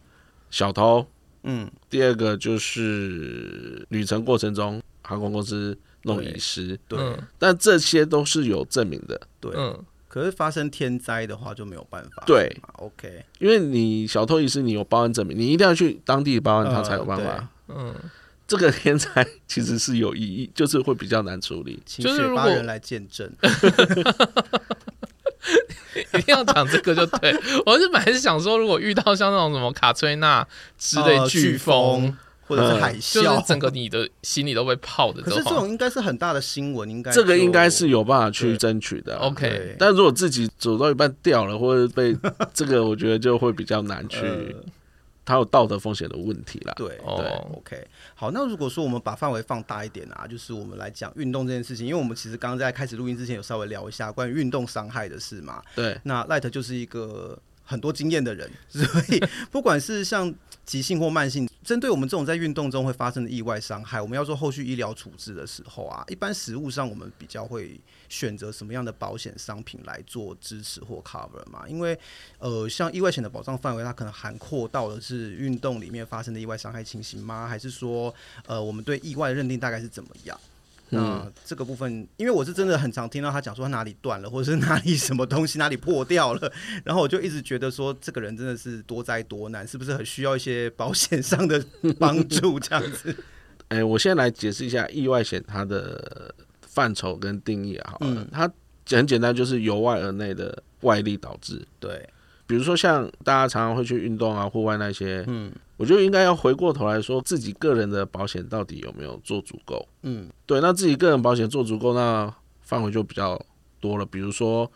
Speaker 5: 小偷，
Speaker 4: 嗯，
Speaker 5: 第二个就是旅程过程中航空公司弄遗失，
Speaker 4: 对、
Speaker 3: 嗯
Speaker 5: 但这些都是有证明的，
Speaker 4: 对、
Speaker 3: 嗯，
Speaker 4: 可是发生天灾的话就没有办法。
Speaker 5: 对
Speaker 4: 嘛，OK，
Speaker 5: 因为你小偷遗失，你有报案证明，你一定要去当地报案，
Speaker 4: 呃
Speaker 5: 他才有办法。
Speaker 4: 对
Speaker 3: 嗯，
Speaker 5: 这个天才其实是有意义，就是会比较难处理。
Speaker 4: 请
Speaker 3: 就是
Speaker 4: 雪
Speaker 3: 如
Speaker 4: 巴
Speaker 3: 果
Speaker 4: 人来见证。
Speaker 3: <laughs> 一定要讲这个就对。我是本来是想说，如果遇到像那种什么卡崔娜 <laughs> 之类
Speaker 4: 呃
Speaker 3: 飓风，
Speaker 4: 或者是
Speaker 5: 嗯
Speaker 4: 海
Speaker 3: 就
Speaker 4: 啸，
Speaker 3: 是整个你的心里都被泡的
Speaker 4: 可是这
Speaker 3: 种
Speaker 4: 种应该是很大的新闻，应该
Speaker 5: 这个
Speaker 4: 就
Speaker 5: 应该是有办法去争取的啊、
Speaker 3: OK，
Speaker 4: 对
Speaker 5: 但如果自己走到一半掉了，或者被这个，我觉得就会比较难去
Speaker 4: 呃。
Speaker 5: 它有道德风险的问题啦。
Speaker 4: 对
Speaker 3: 哦
Speaker 4: 对，OK，好，那如果说我们把范围放大一点啊，就是我们来讲运动这件事情，因为我们其实刚刚在开始录音之前有稍微聊一下关于运动伤害的事嘛。
Speaker 5: 对
Speaker 4: 那 Light 就是一个很多经验的人， <laughs> 所以不管是像急性或慢性，针对我们这种在运动中会发生的意外伤害，我们要做后续医疗处置的时候啊，一般实物上我们比较会选择什么样的保险商品来做支持或 cover 嘛？因为呃，像意外险的保障范围，它可能涵括到的是运动里面发生的意外伤害情形吗？还是说呃，我们对意外的认定大概是怎么样？
Speaker 5: 嗯
Speaker 4: 那这个部分，因为我是真的很常听到他讲说他哪里断了，或者是哪里什么东西哪里破掉了， <laughs> 然后我就一直觉得说这个人真的是多灾多难，是不是很需要一些保险上的帮助这样
Speaker 5: <laughs>
Speaker 4: 子？
Speaker 5: 哎、我先来解释一下意外险它的范畴跟定义啊好了。
Speaker 4: 嗯
Speaker 5: 它很简单，就是由外而内的外力导致。
Speaker 4: 对，
Speaker 5: 比如说像大家常常会去运动啊、户外那些，嗯，我觉得应该要回过头来说，自己个人的保险到底有没有做足够？
Speaker 4: 嗯，
Speaker 5: 对，那自己个人保险做足够，那范围就比较多了。比如说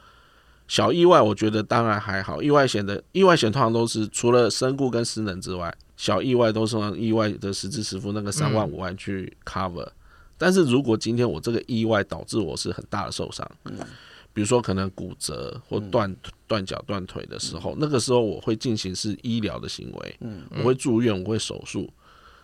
Speaker 5: 小意外，我觉得当然还好，意外险的意外险通常都是除了身故跟失能之外，小意外都是让意外的实支实付那个三万五万去 cover、但是如果今天我这个意外导致我是很大的受伤，嗯，比如说可能骨折或断断脚断腿的时候，那个时候我会进行是医疗的行为，嗯，我会住院，我会手术。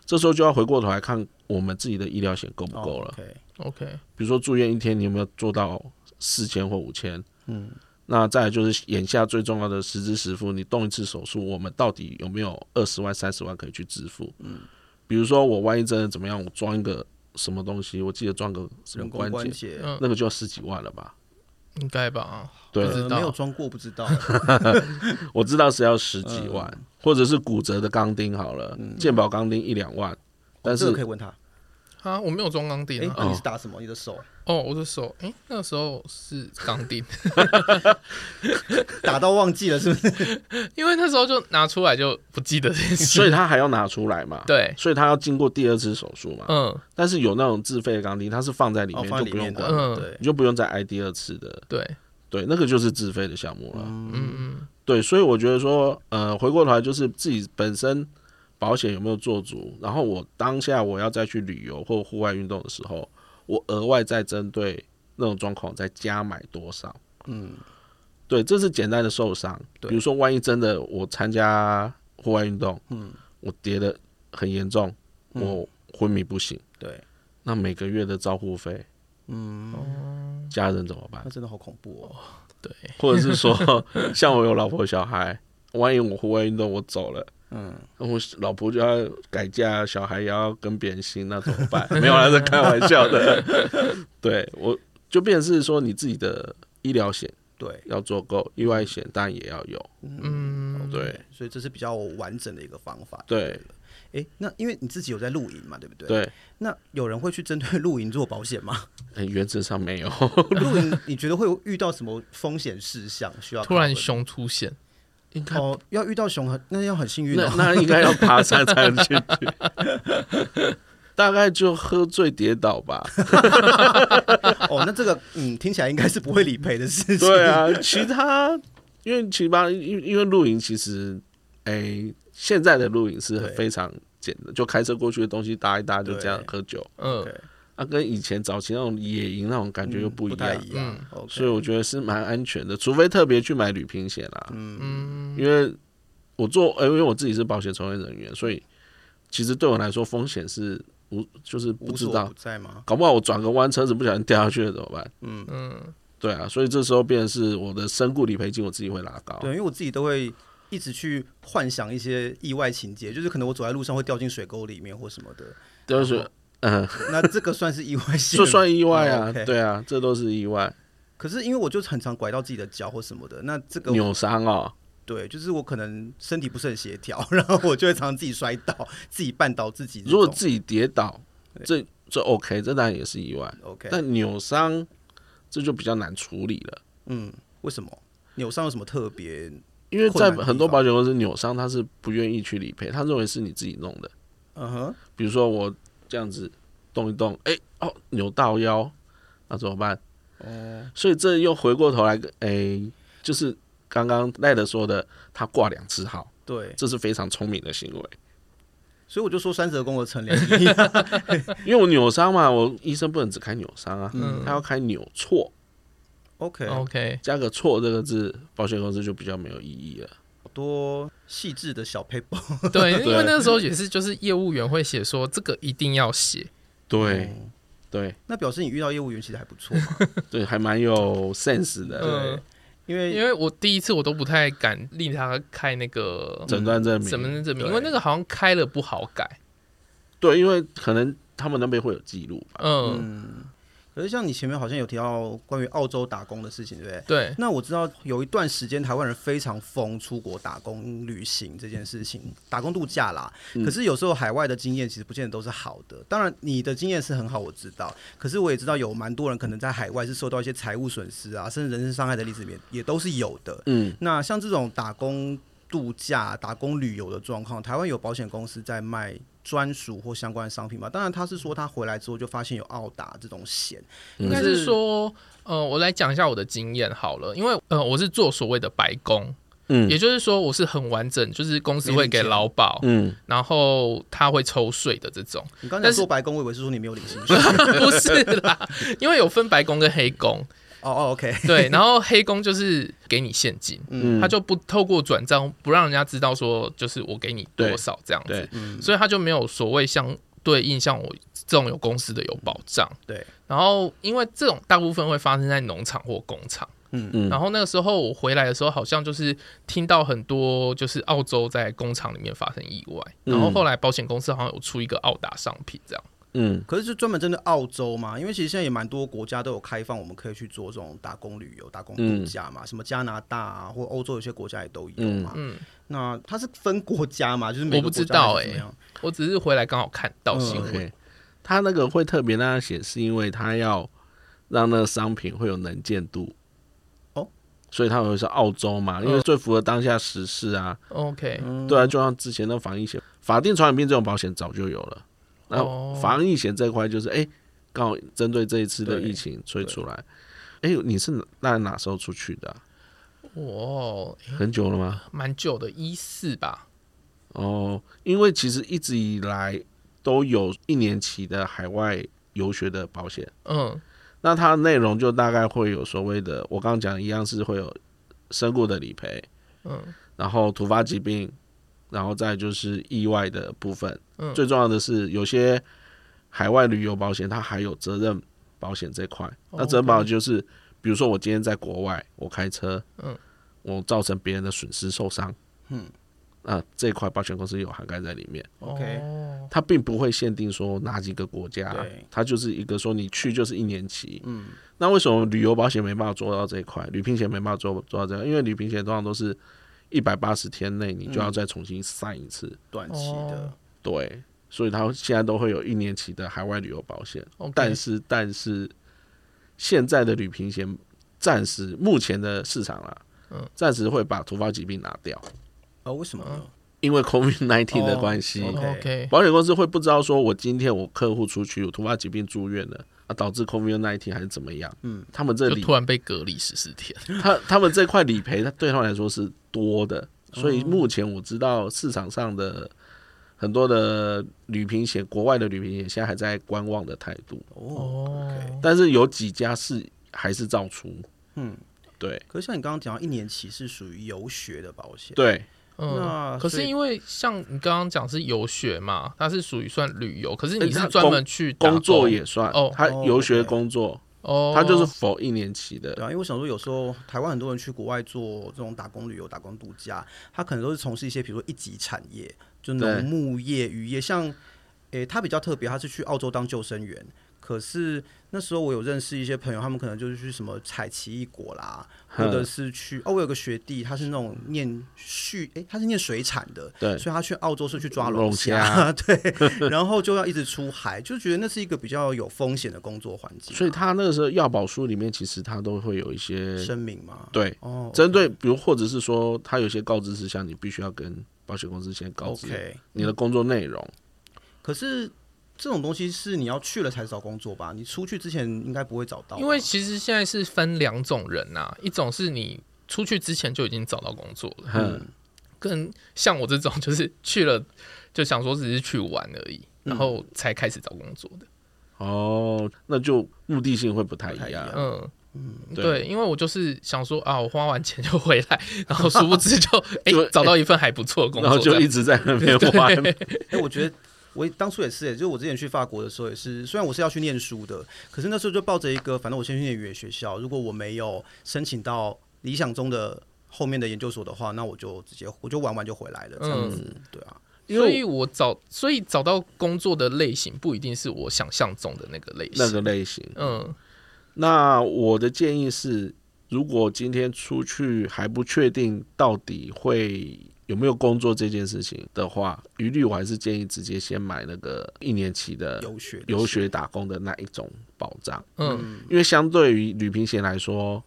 Speaker 5: 这时候就要回过头来看我们自己的医疗险够不够了。
Speaker 4: o k
Speaker 3: OK，
Speaker 5: 比如说住院一天，你有没有做到四千或五千？嗯，那再来就是眼下最重要的实支实付，你动一次手术，我们到底有没有二十万、三十万可以去支付？嗯，比如说我万一真的怎么样，我装一个什么东西，我记得装个什么
Speaker 4: 人工
Speaker 5: 关
Speaker 4: 关
Speaker 5: 节，
Speaker 4: 节，
Speaker 3: 嗯
Speaker 5: 那个就要十几万了吧？
Speaker 3: 应该吧？
Speaker 5: 对啊
Speaker 3: 不，知
Speaker 4: 呃
Speaker 3: 道
Speaker 4: 没有装过不
Speaker 5: <laughs>
Speaker 4: 知道，哦
Speaker 5: 我知道是要十几万，或者是骨折的钢钉好了，健保钢钉一两万， <laughs> 但
Speaker 4: 这
Speaker 5: 是哦
Speaker 4: 个可以问他，
Speaker 3: 啊，我没有装钢
Speaker 4: 哎、
Speaker 3: 钉啊。
Speaker 4: 你是打什么？你的手
Speaker 3: 哦，我的手，哎，那个时候是钢钉， <laughs>
Speaker 4: 打到忘记了是不是？
Speaker 3: 因为那时候就拿出来就不记得这件事。
Speaker 5: 所以他还要拿出来嘛？，
Speaker 3: 对，
Speaker 5: 所以他要经过第二次手术嘛？
Speaker 3: <laughs> 嗯，
Speaker 5: 但是有那种自费的钢钉，它是放在里
Speaker 4: 哦，
Speaker 5: 面、
Speaker 4: 放在
Speaker 5: 就
Speaker 4: 里
Speaker 5: 不用
Speaker 4: 面
Speaker 5: 管
Speaker 4: 的，
Speaker 3: 嗯
Speaker 5: 了。
Speaker 4: 对
Speaker 5: 你，就不用再挨第二次的，
Speaker 3: 对，
Speaker 5: 对，那个就是自费的项目了。
Speaker 3: 嗯嗯，
Speaker 5: 对，所以我觉得说，呃，回过头来就是自己本身保险有没有做足，然后我当下我要再去旅游或户外运动的时候，我额外再针对那种状况再加买多少。
Speaker 4: 嗯，
Speaker 5: 对，这是简单的受伤。
Speaker 4: 对
Speaker 5: 比如说，万一真的我参加户外运动，
Speaker 4: 嗯，
Speaker 5: 我跌的很严重，我昏迷不醒，
Speaker 4: 对，
Speaker 5: 那每个月的照护费，嗯，家人怎么办
Speaker 4: 那？真的好恐怖哦。
Speaker 3: 对，
Speaker 5: 或者是说， <laughs> 像我有老婆小孩，万一我户外运动我走了，
Speaker 4: 嗯，
Speaker 5: 那我老婆就要改嫁，小孩也要跟别人姓，那怎
Speaker 4: <laughs>
Speaker 5: 么办？没有啦，是开玩笑的。对我就变成是说你自己的医疗险
Speaker 4: 对，
Speaker 5: 要做够，意外险当然也要有。
Speaker 3: 嗯，
Speaker 5: 对
Speaker 4: 所以这是比较完整的一个方法。
Speaker 5: 对
Speaker 4: 诶，那因为你自己有在露营嘛，对不对？。
Speaker 5: 对，
Speaker 4: 那有人会去针对 <laughs> 露营做保险吗？
Speaker 5: 呃原则上没有。
Speaker 4: 露营你觉得会有遇到什么风险事项需要？
Speaker 3: 突然熊出现，
Speaker 5: 应该
Speaker 4: 哦，要遇到熊很那要很幸运
Speaker 5: 那
Speaker 4: 哦。
Speaker 5: 那应该要爬山才能进去。
Speaker 4: <laughs>
Speaker 5: 大概就喝醉跌倒吧。
Speaker 4: 哦，那这个嗯，听起来应该是不会理赔的事情。
Speaker 5: 对，啊，其他因为其他因因为露营其实，哎、现在的露营是
Speaker 4: 对
Speaker 5: 非常简单，就开车过去的东西搭一搭就这样喝酒。
Speaker 3: 嗯、
Speaker 4: 对
Speaker 5: 啊，跟以前早期那种野营那种感觉又不
Speaker 4: <laughs>
Speaker 5: 一
Speaker 4: 嗯不
Speaker 5: 样
Speaker 4: 太，一样。OK
Speaker 5: 所以我觉得是蛮安全的，除非特别去买旅行险啦。
Speaker 3: 嗯，
Speaker 5: 因为我做，呃因为我自己是保险从业人员，所以其实对我来说风险是无，就是不
Speaker 4: 无
Speaker 5: 知
Speaker 4: 所
Speaker 5: 道
Speaker 4: 不，在吗？
Speaker 5: 搞不好我转个弯，车子不小心掉下去了怎么办？
Speaker 4: 嗯
Speaker 3: 嗯，
Speaker 5: 对啊，所以这时候变成是我的身故理赔金我自己会拉高。
Speaker 4: 对，因为我自己都会一直去幻想一些意外情节，就是可能我走在路上会掉进水沟里面或什么的。
Speaker 5: 就是嗯，
Speaker 4: 那这个算是意外
Speaker 5: <laughs>
Speaker 4: 险，
Speaker 5: 就算意外
Speaker 4: 哦
Speaker 5: 啊，
Speaker 4: ，OK
Speaker 5: 对啊，这都是意外，
Speaker 4: 可是因为我就很常拐到自己的脚或什么的，那这个
Speaker 5: 扭伤哦，
Speaker 4: 对，就是我可能身体不是很协调， <laughs> 然后我就会常常自己摔倒，自己绊倒自己这种。
Speaker 5: 如果自己跌倒，这这 OK，这当然也是意外，
Speaker 4: OK，
Speaker 5: 但扭伤这就比较难处理了。
Speaker 4: 嗯，为什么扭伤有什么特别？
Speaker 5: 因为
Speaker 4: 困
Speaker 5: 在
Speaker 4: 难的地方
Speaker 5: 很多保险公司扭伤，他是不愿意去理赔，他认为是你自己弄的。
Speaker 4: 嗯哼，
Speaker 5: 比如说我这样子动一动，哎、哦，扭到腰，那怎么办？
Speaker 4: 哦，
Speaker 5: 所以这又回过头来，哎、就是刚刚赖德说的，他挂两次号，
Speaker 3: 哎
Speaker 4: 对，
Speaker 5: 这是非常聪明的行为。
Speaker 4: 所以我就说三折功和陈良一 <laughs>
Speaker 5: 因为我扭伤嘛，我医生不能只开扭伤啊，
Speaker 3: 嗯
Speaker 5: 他要开扭错，
Speaker 4: OK，
Speaker 3: OK，
Speaker 5: 加个错这个字，保险公司就比较没有意义了。
Speaker 4: 好多细致的小 paper， <laughs>
Speaker 3: 对，
Speaker 5: 对
Speaker 3: 因为那个时候也是，就是业务员会写说这个一定要写，哦
Speaker 5: 对对
Speaker 4: 那表示你遇到业务员其实还不错嘛，
Speaker 5: 对，还蛮有 sense 的
Speaker 3: 嗯
Speaker 4: 对，因为
Speaker 3: 因为我第一次我都不太敢令他开那个
Speaker 5: 诊断证明。
Speaker 3: 什么证明，
Speaker 4: 对
Speaker 3: 因为那个好像开了不好改，
Speaker 5: 对，因为可能他们那边会有记录吧。
Speaker 3: 嗯，
Speaker 4: 可是像你前面好像有提到关于澳洲打工的事情，对不对？
Speaker 3: 对，
Speaker 4: 那我知道有一段时间台湾人非常疯出国打工旅行这件事情，打工度假啦。可是有时候海外的经验其实不见得都是好的。当然你的经验是很好，我知道。可是我也知道有蛮多人可能在海外是受到一些财务损失啊，甚至人身伤害的例子里面也都是有的。
Speaker 5: 嗯，
Speaker 4: 那像这种打工度假、打工旅游的状况，台湾有保险公司在卖专属或相关的商品嘛？当然，他是说他回来之后就发现有澳打这种险，
Speaker 5: 嗯
Speaker 3: 应该
Speaker 4: 可
Speaker 3: 是
Speaker 4: 是
Speaker 3: 说，呃，我来讲一下我的经验好了，因为呃，我是做所谓的白工，
Speaker 5: 嗯
Speaker 3: 也就是说我是很完整，就是公司会给劳保，
Speaker 5: 嗯，
Speaker 3: 然后他会抽税的这种， <laughs>
Speaker 4: 你刚
Speaker 3: 但
Speaker 4: 才
Speaker 3: 是
Speaker 4: 说白宫，我以为是说你没有领薪水。
Speaker 3: 不是啦，因为有分白工跟黑工，
Speaker 4: 哦哦，OK，
Speaker 5: <laughs>
Speaker 3: 对，然后黑工就是给你现金，
Speaker 5: 嗯
Speaker 3: 他就不透过转账不让人家知道说就是我给你多
Speaker 5: 对
Speaker 3: 少这样子
Speaker 5: 对，
Speaker 3: 所以他就没有所谓相对应像我这种有公司的有保障。
Speaker 4: 对，
Speaker 3: 然后因为这种大部分会发生在农场或工厂，
Speaker 5: 嗯
Speaker 3: 然后那个时候我回来的时候，好像就是听到很多就是澳洲在工厂里面发生意外，
Speaker 5: 嗯
Speaker 3: 然后后来保险公司好像有出一个澳达商品这样。
Speaker 5: 嗯，
Speaker 4: 可是就专门针对澳洲嘛，因为其实现在也蛮多国家都有开放，我们可以去做这种打工旅游、打工度假嘛，什么加拿大啊，或欧洲有些国家也都有嘛。
Speaker 3: 嗯，
Speaker 4: 那它是分国家嘛，就是每
Speaker 3: 我
Speaker 4: 个
Speaker 3: 不
Speaker 4: 国
Speaker 3: 知
Speaker 4: 家
Speaker 3: 道
Speaker 4: 还
Speaker 3: 欸
Speaker 4: 是怎么样
Speaker 3: 我只是回来刚好看到新闻，
Speaker 5: OK，他那个会特别让他写，是因为他要让那个商品会有能见度。
Speaker 4: 哦，
Speaker 5: 所以他会说澳洲嘛，因为最符合当下时事啊。
Speaker 3: OK，
Speaker 5: 对啊，就像之前那防疫险、法定传染病这种保险早就有了，那
Speaker 3: 哦
Speaker 5: 防疫险这一块就是哎，刚好针对这一次的疫情所以出来。哎，你是哪那哪时候出去的啊、
Speaker 3: 哇，哦
Speaker 5: 很久了吗？
Speaker 3: 蛮久的，一四吧，
Speaker 5: 哦，因为其实一直以来都有一年期的海外游学的保险。
Speaker 3: 嗯
Speaker 5: 那它的内容就大概会有所谓的，我刚刚讲的一样是会有身故的理赔，
Speaker 3: 嗯
Speaker 5: 然后突发疾病，然后再就是意外的部分。
Speaker 3: 嗯
Speaker 5: 最重要的是，有些海外旅游保险它还有责任保险这块。
Speaker 3: 哦
Speaker 5: 那责任保险就是，比如说我今天在国外，我开车，
Speaker 3: 嗯，
Speaker 5: 我造成别人的损失受伤，
Speaker 4: 嗯，
Speaker 5: 那这块保险公司有涵盖在里面。
Speaker 4: ？OK，
Speaker 3: 哦
Speaker 5: 它并不会限定说哪几个国家
Speaker 4: 对，
Speaker 5: 它就是一个说你去就是一年期。嗯，那为什么旅游保险没办法做到这一块，旅行险没办法做做到这样？因为旅行险通常都是一百八十天内你就要再重新删一次，
Speaker 4: 短期的
Speaker 3: 哦，
Speaker 5: 对，所以它现在都会有一年期的海外旅游保险。
Speaker 3: OK
Speaker 5: 但是但是现在的旅行险暂时目前的市场啦，
Speaker 3: 嗯
Speaker 5: 暂时会把突发疾病拿掉，
Speaker 4: 呃，为什么呢？
Speaker 5: 因为 COVID 1 9的关系。
Speaker 4: 哦
Speaker 3: OK，
Speaker 5: 保险公司会不知道说，我今天我客户出去有突发疾病住院了，啊，导致 COVID 1 9还是怎么样？嗯，他们这
Speaker 3: 就
Speaker 5: 理
Speaker 3: 突然被隔离十四天。
Speaker 5: 他他们这块理赔，它对他们来说是多的，所以目前我知道市场上的很多的旅行险，国外的旅行险现在还在观望的态度，
Speaker 4: 哦，
Speaker 3: OK
Speaker 5: 但是有几家是还是照出，
Speaker 4: 嗯，
Speaker 5: 对
Speaker 4: 可是像你刚刚讲到，一年期是属于游学的保险，
Speaker 5: 对
Speaker 4: 那
Speaker 3: 嗯，可是
Speaker 4: 所以
Speaker 3: 因为像你刚刚讲是游学嘛，它是属于算旅游，可是你
Speaker 5: 哎
Speaker 3: 是
Speaker 5: 它
Speaker 3: 专
Speaker 5: 工
Speaker 3: 门去打
Speaker 5: 工作
Speaker 3: 工
Speaker 5: 也算
Speaker 3: 哦，
Speaker 5: 他
Speaker 4: 哦
Speaker 5: 游学
Speaker 4: OK
Speaker 5: 工作，
Speaker 3: 哦，
Speaker 5: 他就是否一年期
Speaker 4: 对
Speaker 5: 的，
Speaker 4: 啊，因为我想说，有时候台湾很多人去国外做这种打工旅游、打工度假，他可能都是从事一些比如说一级产业，就
Speaker 5: 对
Speaker 4: 农牧业、渔业。像，诶、他比较特别，他是去澳洲当救生员。可是那时候我有认识一些朋友，他们可能就是去什么采奇异果啦，或者
Speaker 5: 嗯
Speaker 4: 是去哦，我有个学弟，他是那种念畜，诶、他是念水产的，
Speaker 5: 对
Speaker 4: 所以他去澳洲是去抓
Speaker 5: 哎龙
Speaker 4: 龙
Speaker 5: 虾
Speaker 4: 虾， <laughs> 对，然后就要一直出海，就觉得那是一个比较有风险的工作环境。啊
Speaker 5: 所以呃他那个时候药保书里面其实他都会有一些
Speaker 4: 声明嘛，
Speaker 5: 对
Speaker 4: 哦，
Speaker 5: 针对，比如或者是说他有些告知事项，你必须要跟保险公司先告知
Speaker 4: OK。
Speaker 5: 你的工作内容。
Speaker 4: 可是这种东西是你要去了才找工作吧？你出去之前应该不会找到吧，
Speaker 3: 因为其实现在是分两种人呐、一种是你出去之前就已经找到工作了，
Speaker 5: 嗯，
Speaker 3: 跟像我这种就是去了就想说只是去玩而已，然后才开始找工作的。
Speaker 5: 哦，那就目的性会不太一
Speaker 4: 不太一
Speaker 5: 样
Speaker 4: 样。
Speaker 3: 嗯，
Speaker 5: 对
Speaker 3: 对，因为我就是想说啊，我花完钱就回来，然后殊不知就 <laughs> 哎、
Speaker 5: 就
Speaker 3: 找到一份还不错的工
Speaker 5: 然后
Speaker 3: 作，
Speaker 5: 就一直在那边玩，
Speaker 4: 哎、我觉得。我当初也是、就是我之前去法国的时候也是，虽然我是要去念书的，可是那时候就抱着一个，反正我先去念语言学校，如果我没有申请到理想中的后面的研究所的话，那我就直接我就玩完就回来了，这样子，对啊，
Speaker 5: 因
Speaker 3: 所以
Speaker 5: 为
Speaker 3: 我找，所以找到工作的类型不一定是我想象中的那个类型。
Speaker 5: <laughs> 那个类 <laughs> 型。
Speaker 3: 嗯，
Speaker 5: 那我的建议是，如果今天出去还不确定到底会有没有工作这件事情的话，一律我还是建议直接先买那个一年期的
Speaker 4: 游学的
Speaker 5: 游学打工的那一种保障，
Speaker 3: 嗯
Speaker 5: 因为相对于旅行险来说，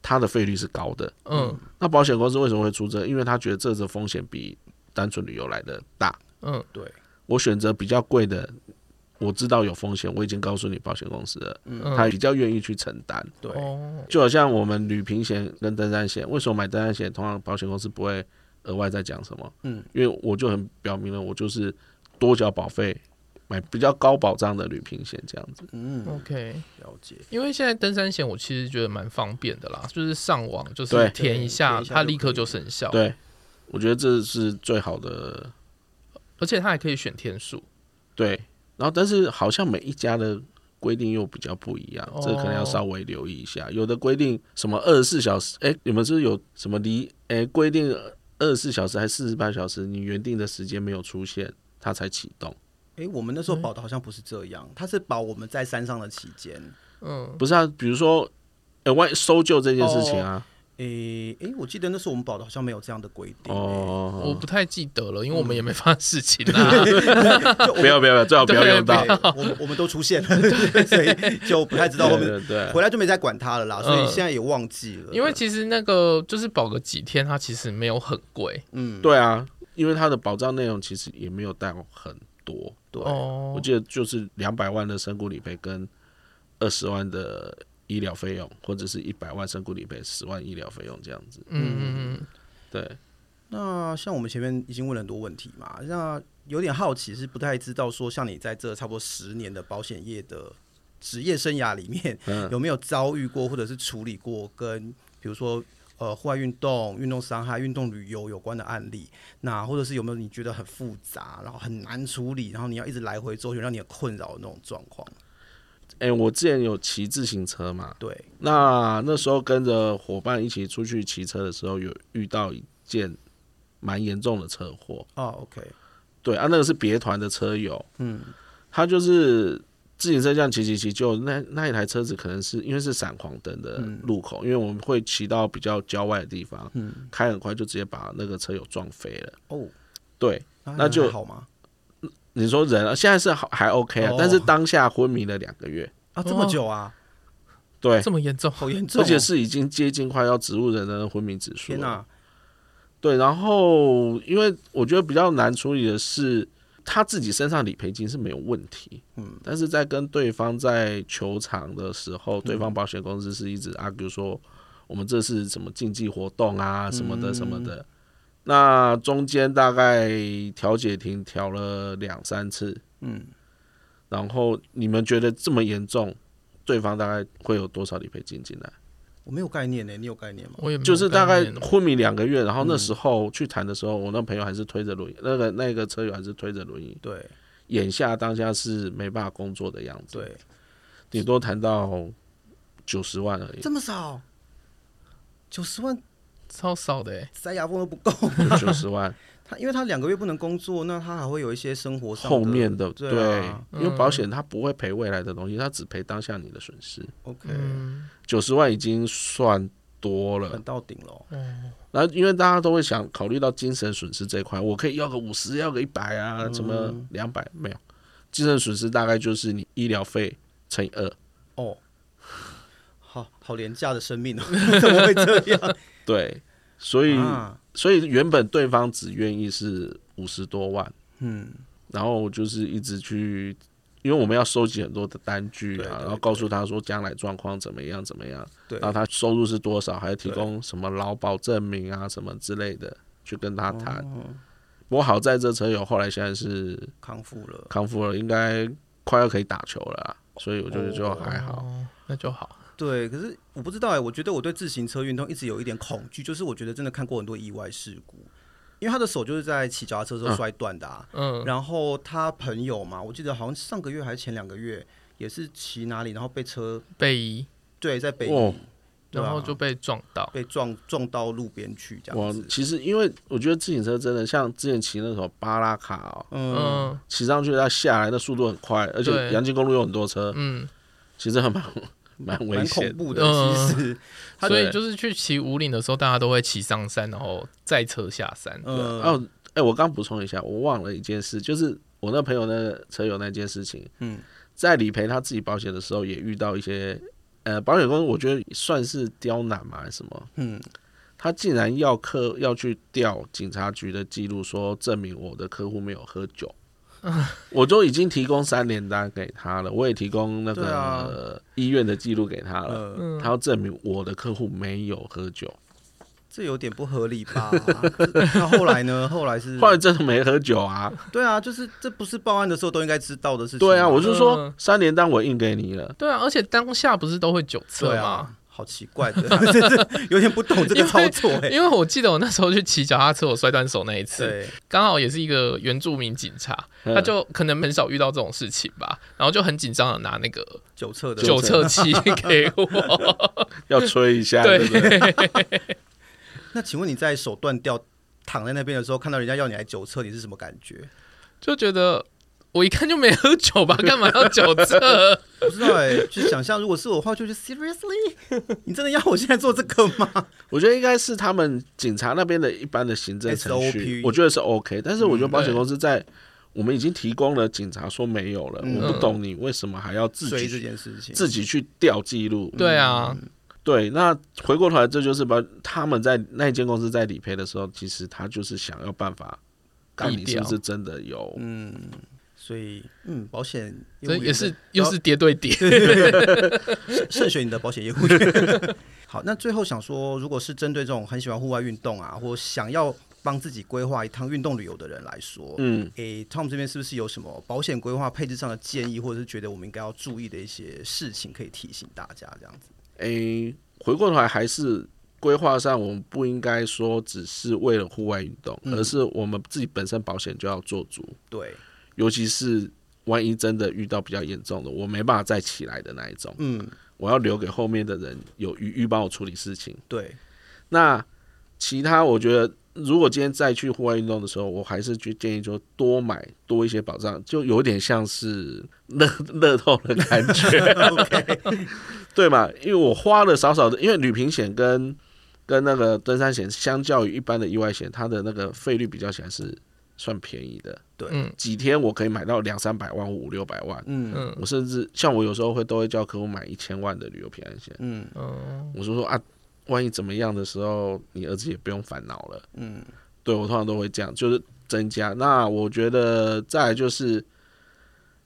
Speaker 5: 它的费率是高的。
Speaker 3: 嗯
Speaker 5: 那保险公司为什么会出这？因为他觉得这次风险比单纯旅游来的大。
Speaker 3: 嗯，
Speaker 4: 对，
Speaker 5: 我选择比较贵的，我知道有风险，我已经告诉你保险公司了，
Speaker 3: 嗯
Speaker 5: 他比较愿意去承担。
Speaker 4: 对，
Speaker 3: 哦，
Speaker 5: 就好像我们旅行险跟登山险，为什么买登山险，通常保险公司不会额外再讲什么？
Speaker 4: 嗯，
Speaker 5: 因为我就很表明了，我就是多交保费，买比较高保障的旅行险这样子。
Speaker 4: 嗯，
Speaker 3: OK。
Speaker 4: 了解，
Speaker 3: 因为现在登山险我其实觉得蛮方便的啦，就是上网就是
Speaker 5: 对
Speaker 3: 填一下
Speaker 4: 对，
Speaker 3: 它立刻就生效，，
Speaker 5: 对，我觉得这是最好的。
Speaker 3: 而且它还可以选天数，
Speaker 5: 对，然后但是好像每一家的规定又比较不一样，
Speaker 3: 哦
Speaker 5: 这可能要稍微留意一下。有的规定什么二十四小时，哎，你们是不是有什么离哎规定二十四小时还四十八小时，你原定的时间没有出现，它才启动。
Speaker 4: 哎、我们那时候保的好像不是这样，他是保我们在山上的期间，
Speaker 3: 嗯，
Speaker 5: 不是啊，比如说，哎、外搜救这件事情啊，
Speaker 4: 诶、诶、我记得那时候我们保的好像没有这样的规定、
Speaker 3: 我
Speaker 5: 哦，
Speaker 3: 不太记得了，因为
Speaker 5: 嗯
Speaker 3: 我们也没发生事情
Speaker 5: <laughs>
Speaker 3: 啦，
Speaker 4: 就我们
Speaker 5: 不要不要不要，最好不要
Speaker 3: 对
Speaker 5: 用到。
Speaker 4: 对，我们我们都出现了，所以就不太知道后
Speaker 5: 对
Speaker 4: 面
Speaker 5: 对对，
Speaker 4: 回来就没再管他了啦，所以
Speaker 3: 嗯
Speaker 4: 现在也忘记了。
Speaker 3: 因为其实那个就是保个几天，它其实没有很贵
Speaker 4: 嗯，
Speaker 5: 对啊，因为它的保障内容其实也没有到很多，
Speaker 4: 对
Speaker 3: 哦
Speaker 5: 我，记得就是两百万的身故理赔跟二十万的医疗费用，或者是一百万身故理赔十万医疗费用这样子。
Speaker 3: 嗯嗯嗯，
Speaker 5: 对，
Speaker 4: 那像我们前面已经问了很多问题嘛，那有点好奇是不太知道说，像你在这差不多十年的保险业的职业生涯里面，<laughs>
Speaker 5: 嗯，
Speaker 4: 有没有遭遇过或者是处理过跟比如说呃户外运动、运动伤害、运动旅游有关的案例？那或者是有没有你觉得很复杂，然后很难处理，然后你要一直来回周旋，让你很困扰的那种状况？
Speaker 5: 哎、我之前有骑自行车嘛，
Speaker 4: 对，
Speaker 5: 那那时候跟着伙伴一起出去骑车的时候，有遇到一件蛮严重的车祸。
Speaker 4: 哦，OK，
Speaker 5: 对啊，那个是别团的车友，
Speaker 4: 嗯，
Speaker 5: 他就是自行车这样骑骑骑，就那那一台车子可能是因为是闪黄灯的路口，因为我们会骑到比较郊外的地方，
Speaker 4: 嗯，
Speaker 5: 开很快就直接把那个车友撞飞了。
Speaker 4: 哦，
Speaker 5: 对，
Speaker 4: 那
Speaker 5: 那就
Speaker 4: 还好吗？
Speaker 5: 你说人啊，现在是好还 OK 啊，
Speaker 4: 哦
Speaker 5: 但是当下昏迷了两个月，
Speaker 4: 啊，这么久啊，
Speaker 5: 对，
Speaker 3: 这么严重，
Speaker 4: 好严重、
Speaker 5: 而
Speaker 4: 哦！
Speaker 5: 且是已经接近快要植物人的昏迷指数
Speaker 4: 天
Speaker 5: 了。
Speaker 4: 哪，
Speaker 5: 对，然后因为我觉得比较难处理的是，他自己身上理赔金是没有问题，
Speaker 4: 嗯，
Speaker 5: 但是在跟对方在球场的时候，对
Speaker 4: 嗯
Speaker 5: 方保险公司是一直 argue 说，我们这是什么竞技活动啊，什么的什么
Speaker 4: 嗯
Speaker 5: 的。那中间大概调解庭调了两三次，
Speaker 4: 嗯，
Speaker 5: 然后你们觉得这么严重，对方大概会有多少理赔金进来？
Speaker 4: 我没有概念呢、你有嗯概念吗？嗯
Speaker 3: 我也没有
Speaker 5: 就是大概
Speaker 3: 念了
Speaker 5: 昏迷两个月，然后那时候去谈的时候，我那朋友还是推着轮椅，那个那个车友还是推着轮椅，
Speaker 4: 对
Speaker 5: 眼下当下是没办法工作的样子，，
Speaker 4: 对，
Speaker 5: 顶多谈到九十万而已，
Speaker 4: 这么少，九十万
Speaker 3: 超少的欸，
Speaker 4: 塞牙缝都不够。 <laughs>
Speaker 5: 就九十万。
Speaker 4: 他因为他两个月不能工作，那他还会有一些生活上的
Speaker 5: 后面的
Speaker 4: 对
Speaker 5: 对
Speaker 4: 啊，
Speaker 5: 因为保险它不会赔未来的东西，它只赔当下你的损失。
Speaker 4: OK，、
Speaker 3: 嗯，
Speaker 5: 九十万已经算多了
Speaker 4: 很，到顶了哦。
Speaker 5: 然后因为大家都会想考虑到精神损失这一块，我可以要个五十，要个一百啊，什么
Speaker 4: 嗯
Speaker 5: 两百没有，精神损失大概就是你医疗费乘以二，
Speaker 4: 哦，好好廉价的生命哦， <laughs> 怎么会这
Speaker 5: <laughs>
Speaker 4: 样？
Speaker 5: 对，所以、
Speaker 4: 啊，
Speaker 5: 所以原本对方只愿意是五十多万，
Speaker 4: 嗯，
Speaker 5: 然后就是一直去，因为我们要收集很多的单据啊，
Speaker 4: 对对
Speaker 5: 然后告诉他说将来状况怎么样怎么样，
Speaker 4: 对
Speaker 5: 然后他收入是多少，还要提供什么劳保证明啊什么之类的去跟他谈。
Speaker 4: 哦
Speaker 5: 不过好在这车友后来现在是
Speaker 4: 康复了。
Speaker 5: 康复了，应该快要可以打球了啦，所以我觉得就还好。
Speaker 3: 哦，那就好。
Speaker 4: 对，可是我不知道哎、我觉得我对自行车运动一直有一点恐惧，就是我觉得真的看过很多意外事故，因为他的手就是在骑脚踏车的时候摔断的啊。
Speaker 3: 嗯，
Speaker 4: 然后他朋友嘛，我记得好像上个月还是前两个月，也是骑哪里，然后被车
Speaker 3: 被移，
Speaker 4: 对在北宜、
Speaker 5: 哦
Speaker 4: 对啊
Speaker 3: 然后就被撞到，
Speaker 4: 被撞撞到路边去这样
Speaker 5: 我
Speaker 4: 子。
Speaker 5: 其实因为我觉得自行车真的像之前骑那种巴拉卡哦，
Speaker 4: 嗯，
Speaker 3: 嗯
Speaker 5: 骑上去它下来那速度很快，而且
Speaker 3: 对
Speaker 5: 阳金公路有很多车，
Speaker 3: 嗯，
Speaker 5: 其实很蛮 <laughs> 蛮危
Speaker 4: 蛮
Speaker 5: 险
Speaker 4: 恐
Speaker 5: 的。
Speaker 4: 怖的，
Speaker 3: 嗯
Speaker 4: 其实。他
Speaker 3: 所以
Speaker 5: 对
Speaker 3: 就是去骑五岭的时候，大家都会骑上山，然后再车下山。
Speaker 4: 嗯，
Speaker 5: 哦，哎、我刚补充一下，我忘了一件事，就是我那朋友那个车友那件事情，
Speaker 4: 嗯，
Speaker 5: 在理赔他自己保险的时候，也遇到一些呃，保险公司我觉得算是刁难嘛，还是什么？
Speaker 4: 嗯，
Speaker 5: 他竟然要客要去调警察局的记录，说证明我的客户没有喝
Speaker 3: <laughs>
Speaker 5: 酒。我都已经提供三联单给他了，我也提供那
Speaker 4: 对啊
Speaker 5: 个医院的记录给他了，
Speaker 4: 呃，
Speaker 3: 嗯
Speaker 5: 他要证明我的客户没有喝酒。
Speaker 4: 这有点不合理吧？ <laughs> 那后来呢？后来是，
Speaker 5: 后来真的没喝酒啊，
Speaker 4: 对啊，嗯 <laughs> 就是这不是报案的时候都应该知道的事情吗。
Speaker 5: 对啊，我就说
Speaker 3: 嗯
Speaker 5: 三联单我印给你了，
Speaker 3: 对啊，而且当下不是都会酒测
Speaker 4: 对
Speaker 3: 吗？
Speaker 4: 啊，好奇怪的， <laughs> 这这有点不懂这个操作哎。
Speaker 3: 因为 <laughs> 我记得我那时候去骑脚踏车，我摔断手那一次，
Speaker 4: 对，
Speaker 3: 刚好也是一个原住民警察，
Speaker 5: 嗯
Speaker 3: 他就可能很少遇到这种事情吧，然后就很紧张的拿那个
Speaker 4: 酒测的
Speaker 3: 酒
Speaker 5: 酒
Speaker 3: 测
Speaker 5: 测
Speaker 3: 器给我，
Speaker 5: 要吹一下，
Speaker 3: 对
Speaker 5: 对不对？
Speaker 4: 那请问你在手断掉躺在那边的时候，看到人家要你来酒测，你是什么感觉？
Speaker 3: 就觉得我一看就没喝酒吧，干嘛要酒测？
Speaker 4: 不知道哎、就想象如果是我的话，就是 seriously，你 <laughs> 真的要我现在做这个吗？
Speaker 5: 我觉得应该是他们警察那边的一般的行政程序
Speaker 4: SOP，
Speaker 5: 我觉得是 OK。但是我觉得
Speaker 3: 嗯
Speaker 5: 保险公司在我们已经提供了警察说没有了，
Speaker 4: 嗯
Speaker 5: 我不懂你为什么还要自
Speaker 4: 所以
Speaker 5: 己
Speaker 4: 这
Speaker 5: 去
Speaker 4: 件事情，
Speaker 5: 自己去调记录。
Speaker 3: 对啊，
Speaker 5: 对，那回过头来，这就是把他们在那一间公司在理赔的时候，其实他就是想要办法看你
Speaker 3: 避
Speaker 5: 是
Speaker 3: 掉
Speaker 5: 不是真的有
Speaker 4: 嗯，所以嗯，保险业务
Speaker 3: 所
Speaker 4: 员
Speaker 3: 以也是
Speaker 4: 的
Speaker 3: 又是叠对叠，
Speaker 4: 慎选你的 <laughs> 保险业务员。 <laughs> 好，那最后想说，如果是针对这种很喜欢户外运动啊，或想要帮自己规划一趟运动旅游的人来说，
Speaker 5: 嗯。
Speaker 4: 诶、t o m 这边是不是有什么保险规划配置上的建议，或者是觉得我们应该要注意的一些事情，可以提醒大家这样子？
Speaker 5: 诶，回过头来还是规划上，我们不应该说只是为了户外运动，
Speaker 4: 嗯
Speaker 5: 而是我们自己本身保险就要做足，
Speaker 4: 对，
Speaker 5: 尤其是万一真的遇到比较严重的，我没办法再起来的那一种，
Speaker 4: 嗯，
Speaker 5: 我要留给后面的人有余裕帮我处理事情。
Speaker 4: 对，
Speaker 5: 那其他我觉得如果今天再去户外运动的时候，我还是去建议说多买多一些保障，就有点像是乐 <laughs> 乐透的感觉， <laughs> 对嘛？因为我花了少少的，因为旅平险跟跟那个登山险，相较于一般的意外险，它的那个费率比较起来是算便宜的。
Speaker 4: 对
Speaker 3: 嗯
Speaker 5: 几天我可以买到两三百万或五六百万，
Speaker 4: 嗯
Speaker 3: 嗯
Speaker 5: 我甚至像我有时候会都会叫客户买一千万的旅游平安险。
Speaker 4: 嗯
Speaker 3: 嗯，
Speaker 5: 我就说啊，万一怎么样的时候，你儿子也不用烦恼了。
Speaker 4: 嗯，
Speaker 5: 对我通常都会这样，就是增加。那我觉得再来就是，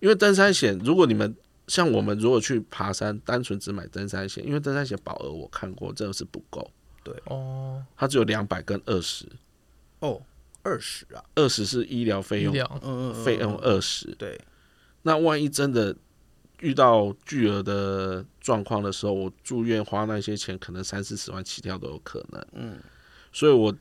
Speaker 5: 因为登山险，如果你们像我们如果去爬山，单纯只买登山险，因为登山险保额我看过真的是不够，
Speaker 3: 哦，
Speaker 5: 它只有两百跟二十，
Speaker 4: 哦，二十啊，
Speaker 5: 二十是医疗费
Speaker 3: 医
Speaker 5: 用，
Speaker 3: 疗，
Speaker 4: 嗯嗯，
Speaker 5: 费用二十。
Speaker 4: 对，
Speaker 5: 那万一真的遇到巨额的状况的时候，我住院花那些钱，可能三四十万起跳都有可能。
Speaker 4: 嗯
Speaker 5: 所以我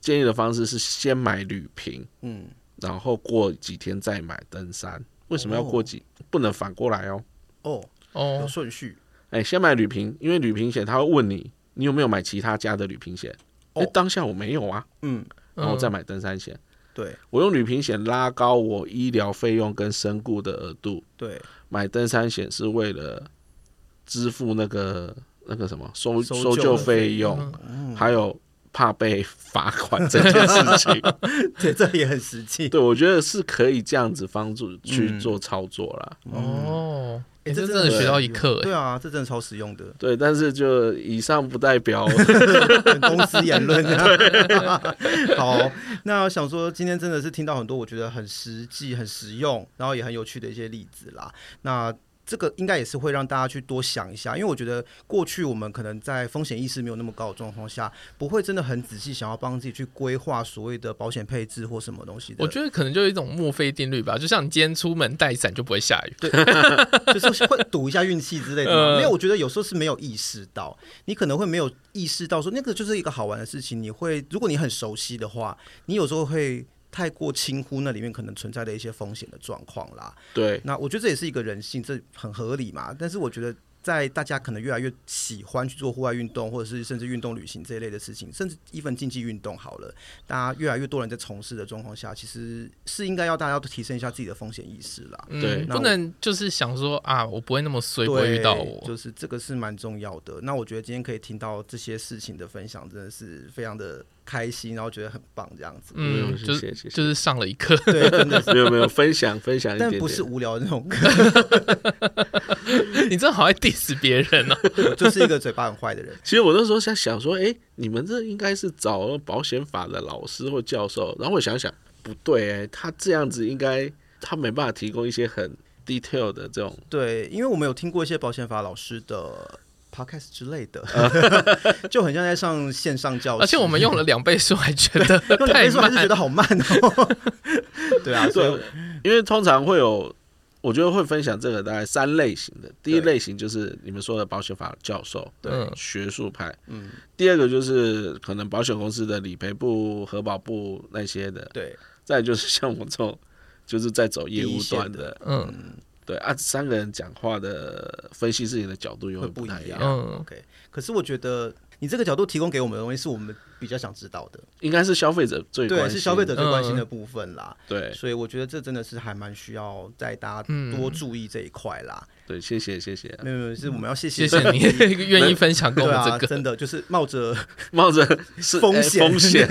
Speaker 5: 建议的方式是先买旅平，
Speaker 4: 嗯，
Speaker 5: 然后过几天再买登山。为什么要过几？不能反过来哦。
Speaker 4: 哦，有
Speaker 3: 哦，
Speaker 4: 顺序，
Speaker 5: 哎，先买旅平，因为旅平险他会问你，你有没有买其他家的旅平险？哎、
Speaker 4: 哦
Speaker 5: 当下我没有啊，
Speaker 4: 嗯，
Speaker 5: 然后
Speaker 3: 嗯
Speaker 5: 我再买登山险。
Speaker 4: 对
Speaker 5: 我用旅平险拉高我医疗费用跟身故的额度，
Speaker 3: <laughs>
Speaker 4: 对，
Speaker 5: 买登山险是为了支付那个那个什么搜
Speaker 4: 搜救
Speaker 5: 搜救
Speaker 4: 的
Speaker 5: 费
Speaker 4: 费
Speaker 5: 用，
Speaker 4: 嗯，
Speaker 5: 还有怕被罚款这件
Speaker 4: <laughs>
Speaker 5: 事情。
Speaker 4: 对，这也很实际，
Speaker 5: 对，我觉得是可以这样子帮助去
Speaker 4: 嗯
Speaker 5: 做操作啦。
Speaker 3: 哦，
Speaker 4: 哎
Speaker 3: 哎，这
Speaker 4: 这
Speaker 3: 真的
Speaker 4: 真的
Speaker 3: 学
Speaker 4: 是
Speaker 3: 到一课，
Speaker 4: 对
Speaker 3: 哎，
Speaker 4: 啊，这真的超实用的，
Speaker 5: 对，但是就以上不代
Speaker 4: <laughs>
Speaker 5: 表
Speaker 4: 很公司言论。
Speaker 3: <laughs>
Speaker 4: 好，那我想说，今天真的是听到很多我觉得很实际、很实用，然后也很有趣的一些例子啦。那这个应该也是会让大家去多想一下，因为我觉得过去我们可能在风险意识没有那么高的状况下，不会真的很仔细想要帮自己去规划所谓的保险配置或什么东西的。
Speaker 3: 我觉得可能就有一种墨菲定律吧，就像你今天出门带伞就不会下雨，
Speaker 4: 就是会赌一下运气之类的嘛。
Speaker 3: 呃
Speaker 4: 没有，我觉得有时候是没有意识到，你可能会没有意识到说那个就是一个好玩的事情。你会，如果你很熟悉的话，你有时候会。太过轻忽那里面可能存在的一些风险的状况啦，
Speaker 5: 对
Speaker 4: 那我觉得这也是一个人性，这很合理嘛。但是我觉得，在大家可能越来越喜欢去做户外运动，或者是甚至运动旅行这一类的事情，甚至一份竞技运动好了，大家越来越多人在从事的状况下，其实是应该要大家要提升一下自己的风险意识啦。
Speaker 5: 对
Speaker 3: 嗯，
Speaker 4: 那
Speaker 3: 不
Speaker 4: 我
Speaker 3: 能就是想说啊，我不会那么衰，不会
Speaker 4: 对，
Speaker 3: 遇到我，
Speaker 4: 就是这个是蛮重要的。那我觉得今天可以听到这些事情的分享，真的是非常的开心，然后觉得很棒这样子。
Speaker 5: 没有
Speaker 3: 嗯，
Speaker 5: 谢
Speaker 3: 就
Speaker 5: 谢谢谢
Speaker 3: 就是上了一课，
Speaker 4: 对，真的是，
Speaker 5: 没有没有分享分享一
Speaker 4: 但
Speaker 5: 点点，
Speaker 4: 不是无聊的那种，
Speaker 3: <laughs> 你真的好爱 diss 别人哦，
Speaker 4: 就是一个嘴巴很坏的人。
Speaker 5: 其实我那时候在想说，哎，你们这应该是找保险法的老师或教授，然后我想想不对，哎，他这样子应该他没办法提供一些很 detail 的这种，
Speaker 4: 对，因为我们有听过一些保险法老师的 podcast 之类
Speaker 5: <laughs>
Speaker 4: 的，就很像在上线上教室，
Speaker 3: 而且我们用
Speaker 4: <laughs>
Speaker 3: 了两倍速还觉得
Speaker 4: 用两
Speaker 3: 太
Speaker 4: 倍速还是觉
Speaker 3: 慢，
Speaker 4: 得好慢哦。对啊，所以
Speaker 5: 对，因为通常会有。我觉得会分享这个大概三类型的，第一
Speaker 4: 对
Speaker 5: 类型就是你们说的保险法教授，
Speaker 4: 对
Speaker 3: 嗯
Speaker 5: 学术派，
Speaker 4: 嗯，
Speaker 5: 第二个就是可能保险公司的理赔部、核保部那些的，
Speaker 4: 对，
Speaker 5: 再来就是像我这种就是在走业
Speaker 4: 第一
Speaker 5: 务
Speaker 4: 线
Speaker 5: 端的，
Speaker 3: 嗯
Speaker 5: 对啊，三个人讲话的分析事情的角度又
Speaker 4: 会
Speaker 5: 不
Speaker 4: 不
Speaker 5: 太
Speaker 4: 一样。
Speaker 3: 嗯，
Speaker 4: OK，可是我觉得你这个角度提供给我们的东西是我们比较想知道的。
Speaker 5: 应该是消费者最
Speaker 4: 对，
Speaker 5: 关心
Speaker 4: 是消费者最
Speaker 3: 嗯
Speaker 4: 关心的部分啦。
Speaker 5: 对
Speaker 4: 所以我觉得这真的是还蛮需要在大家
Speaker 3: 嗯
Speaker 4: 多注意这一块啦。
Speaker 5: 对，谢谢谢谢，
Speaker 4: 没有没有，是我们要谢
Speaker 3: 谢
Speaker 4: 谢
Speaker 3: 谢你 <laughs>
Speaker 4: <laughs>
Speaker 3: 愿意分享跟
Speaker 4: 对
Speaker 3: 我
Speaker 4: 啊，
Speaker 3: 们这个，
Speaker 4: 真的就是冒着 <laughs>
Speaker 5: 冒着是
Speaker 4: 风
Speaker 5: 哎
Speaker 4: 险、
Speaker 5: 风险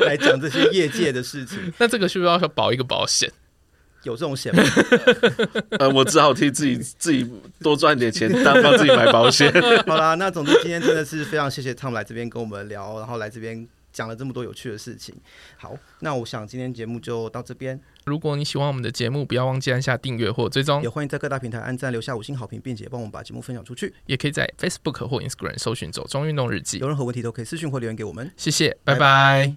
Speaker 4: 来讲这些业界的事情，
Speaker 3: 那这个需不需要保一个保险？
Speaker 4: 有这种险吗？
Speaker 5: 呃，我只好替自己自己多赚点钱，当帮自己买保
Speaker 4: <laughs>
Speaker 5: 险。
Speaker 4: 好啦，那总之今天真的是非常谢谢 Tom 来这边跟我们聊，然后来这边讲了这么多有趣的事情。好，那我想今天节目就到这边，
Speaker 3: 如果你喜欢我们的节目，不要忘记按下订阅或追踪
Speaker 4: 也，欢迎在各大平台按赞、留下五星好评，并且帮我们把节目分享出去。
Speaker 3: 也可以在 Facebook 或 Instagram 搜寻“走中运动日记
Speaker 4: 有任何问题都可以私讯或留言给我们。”。
Speaker 3: 谢谢，
Speaker 4: 拜
Speaker 3: 拜拜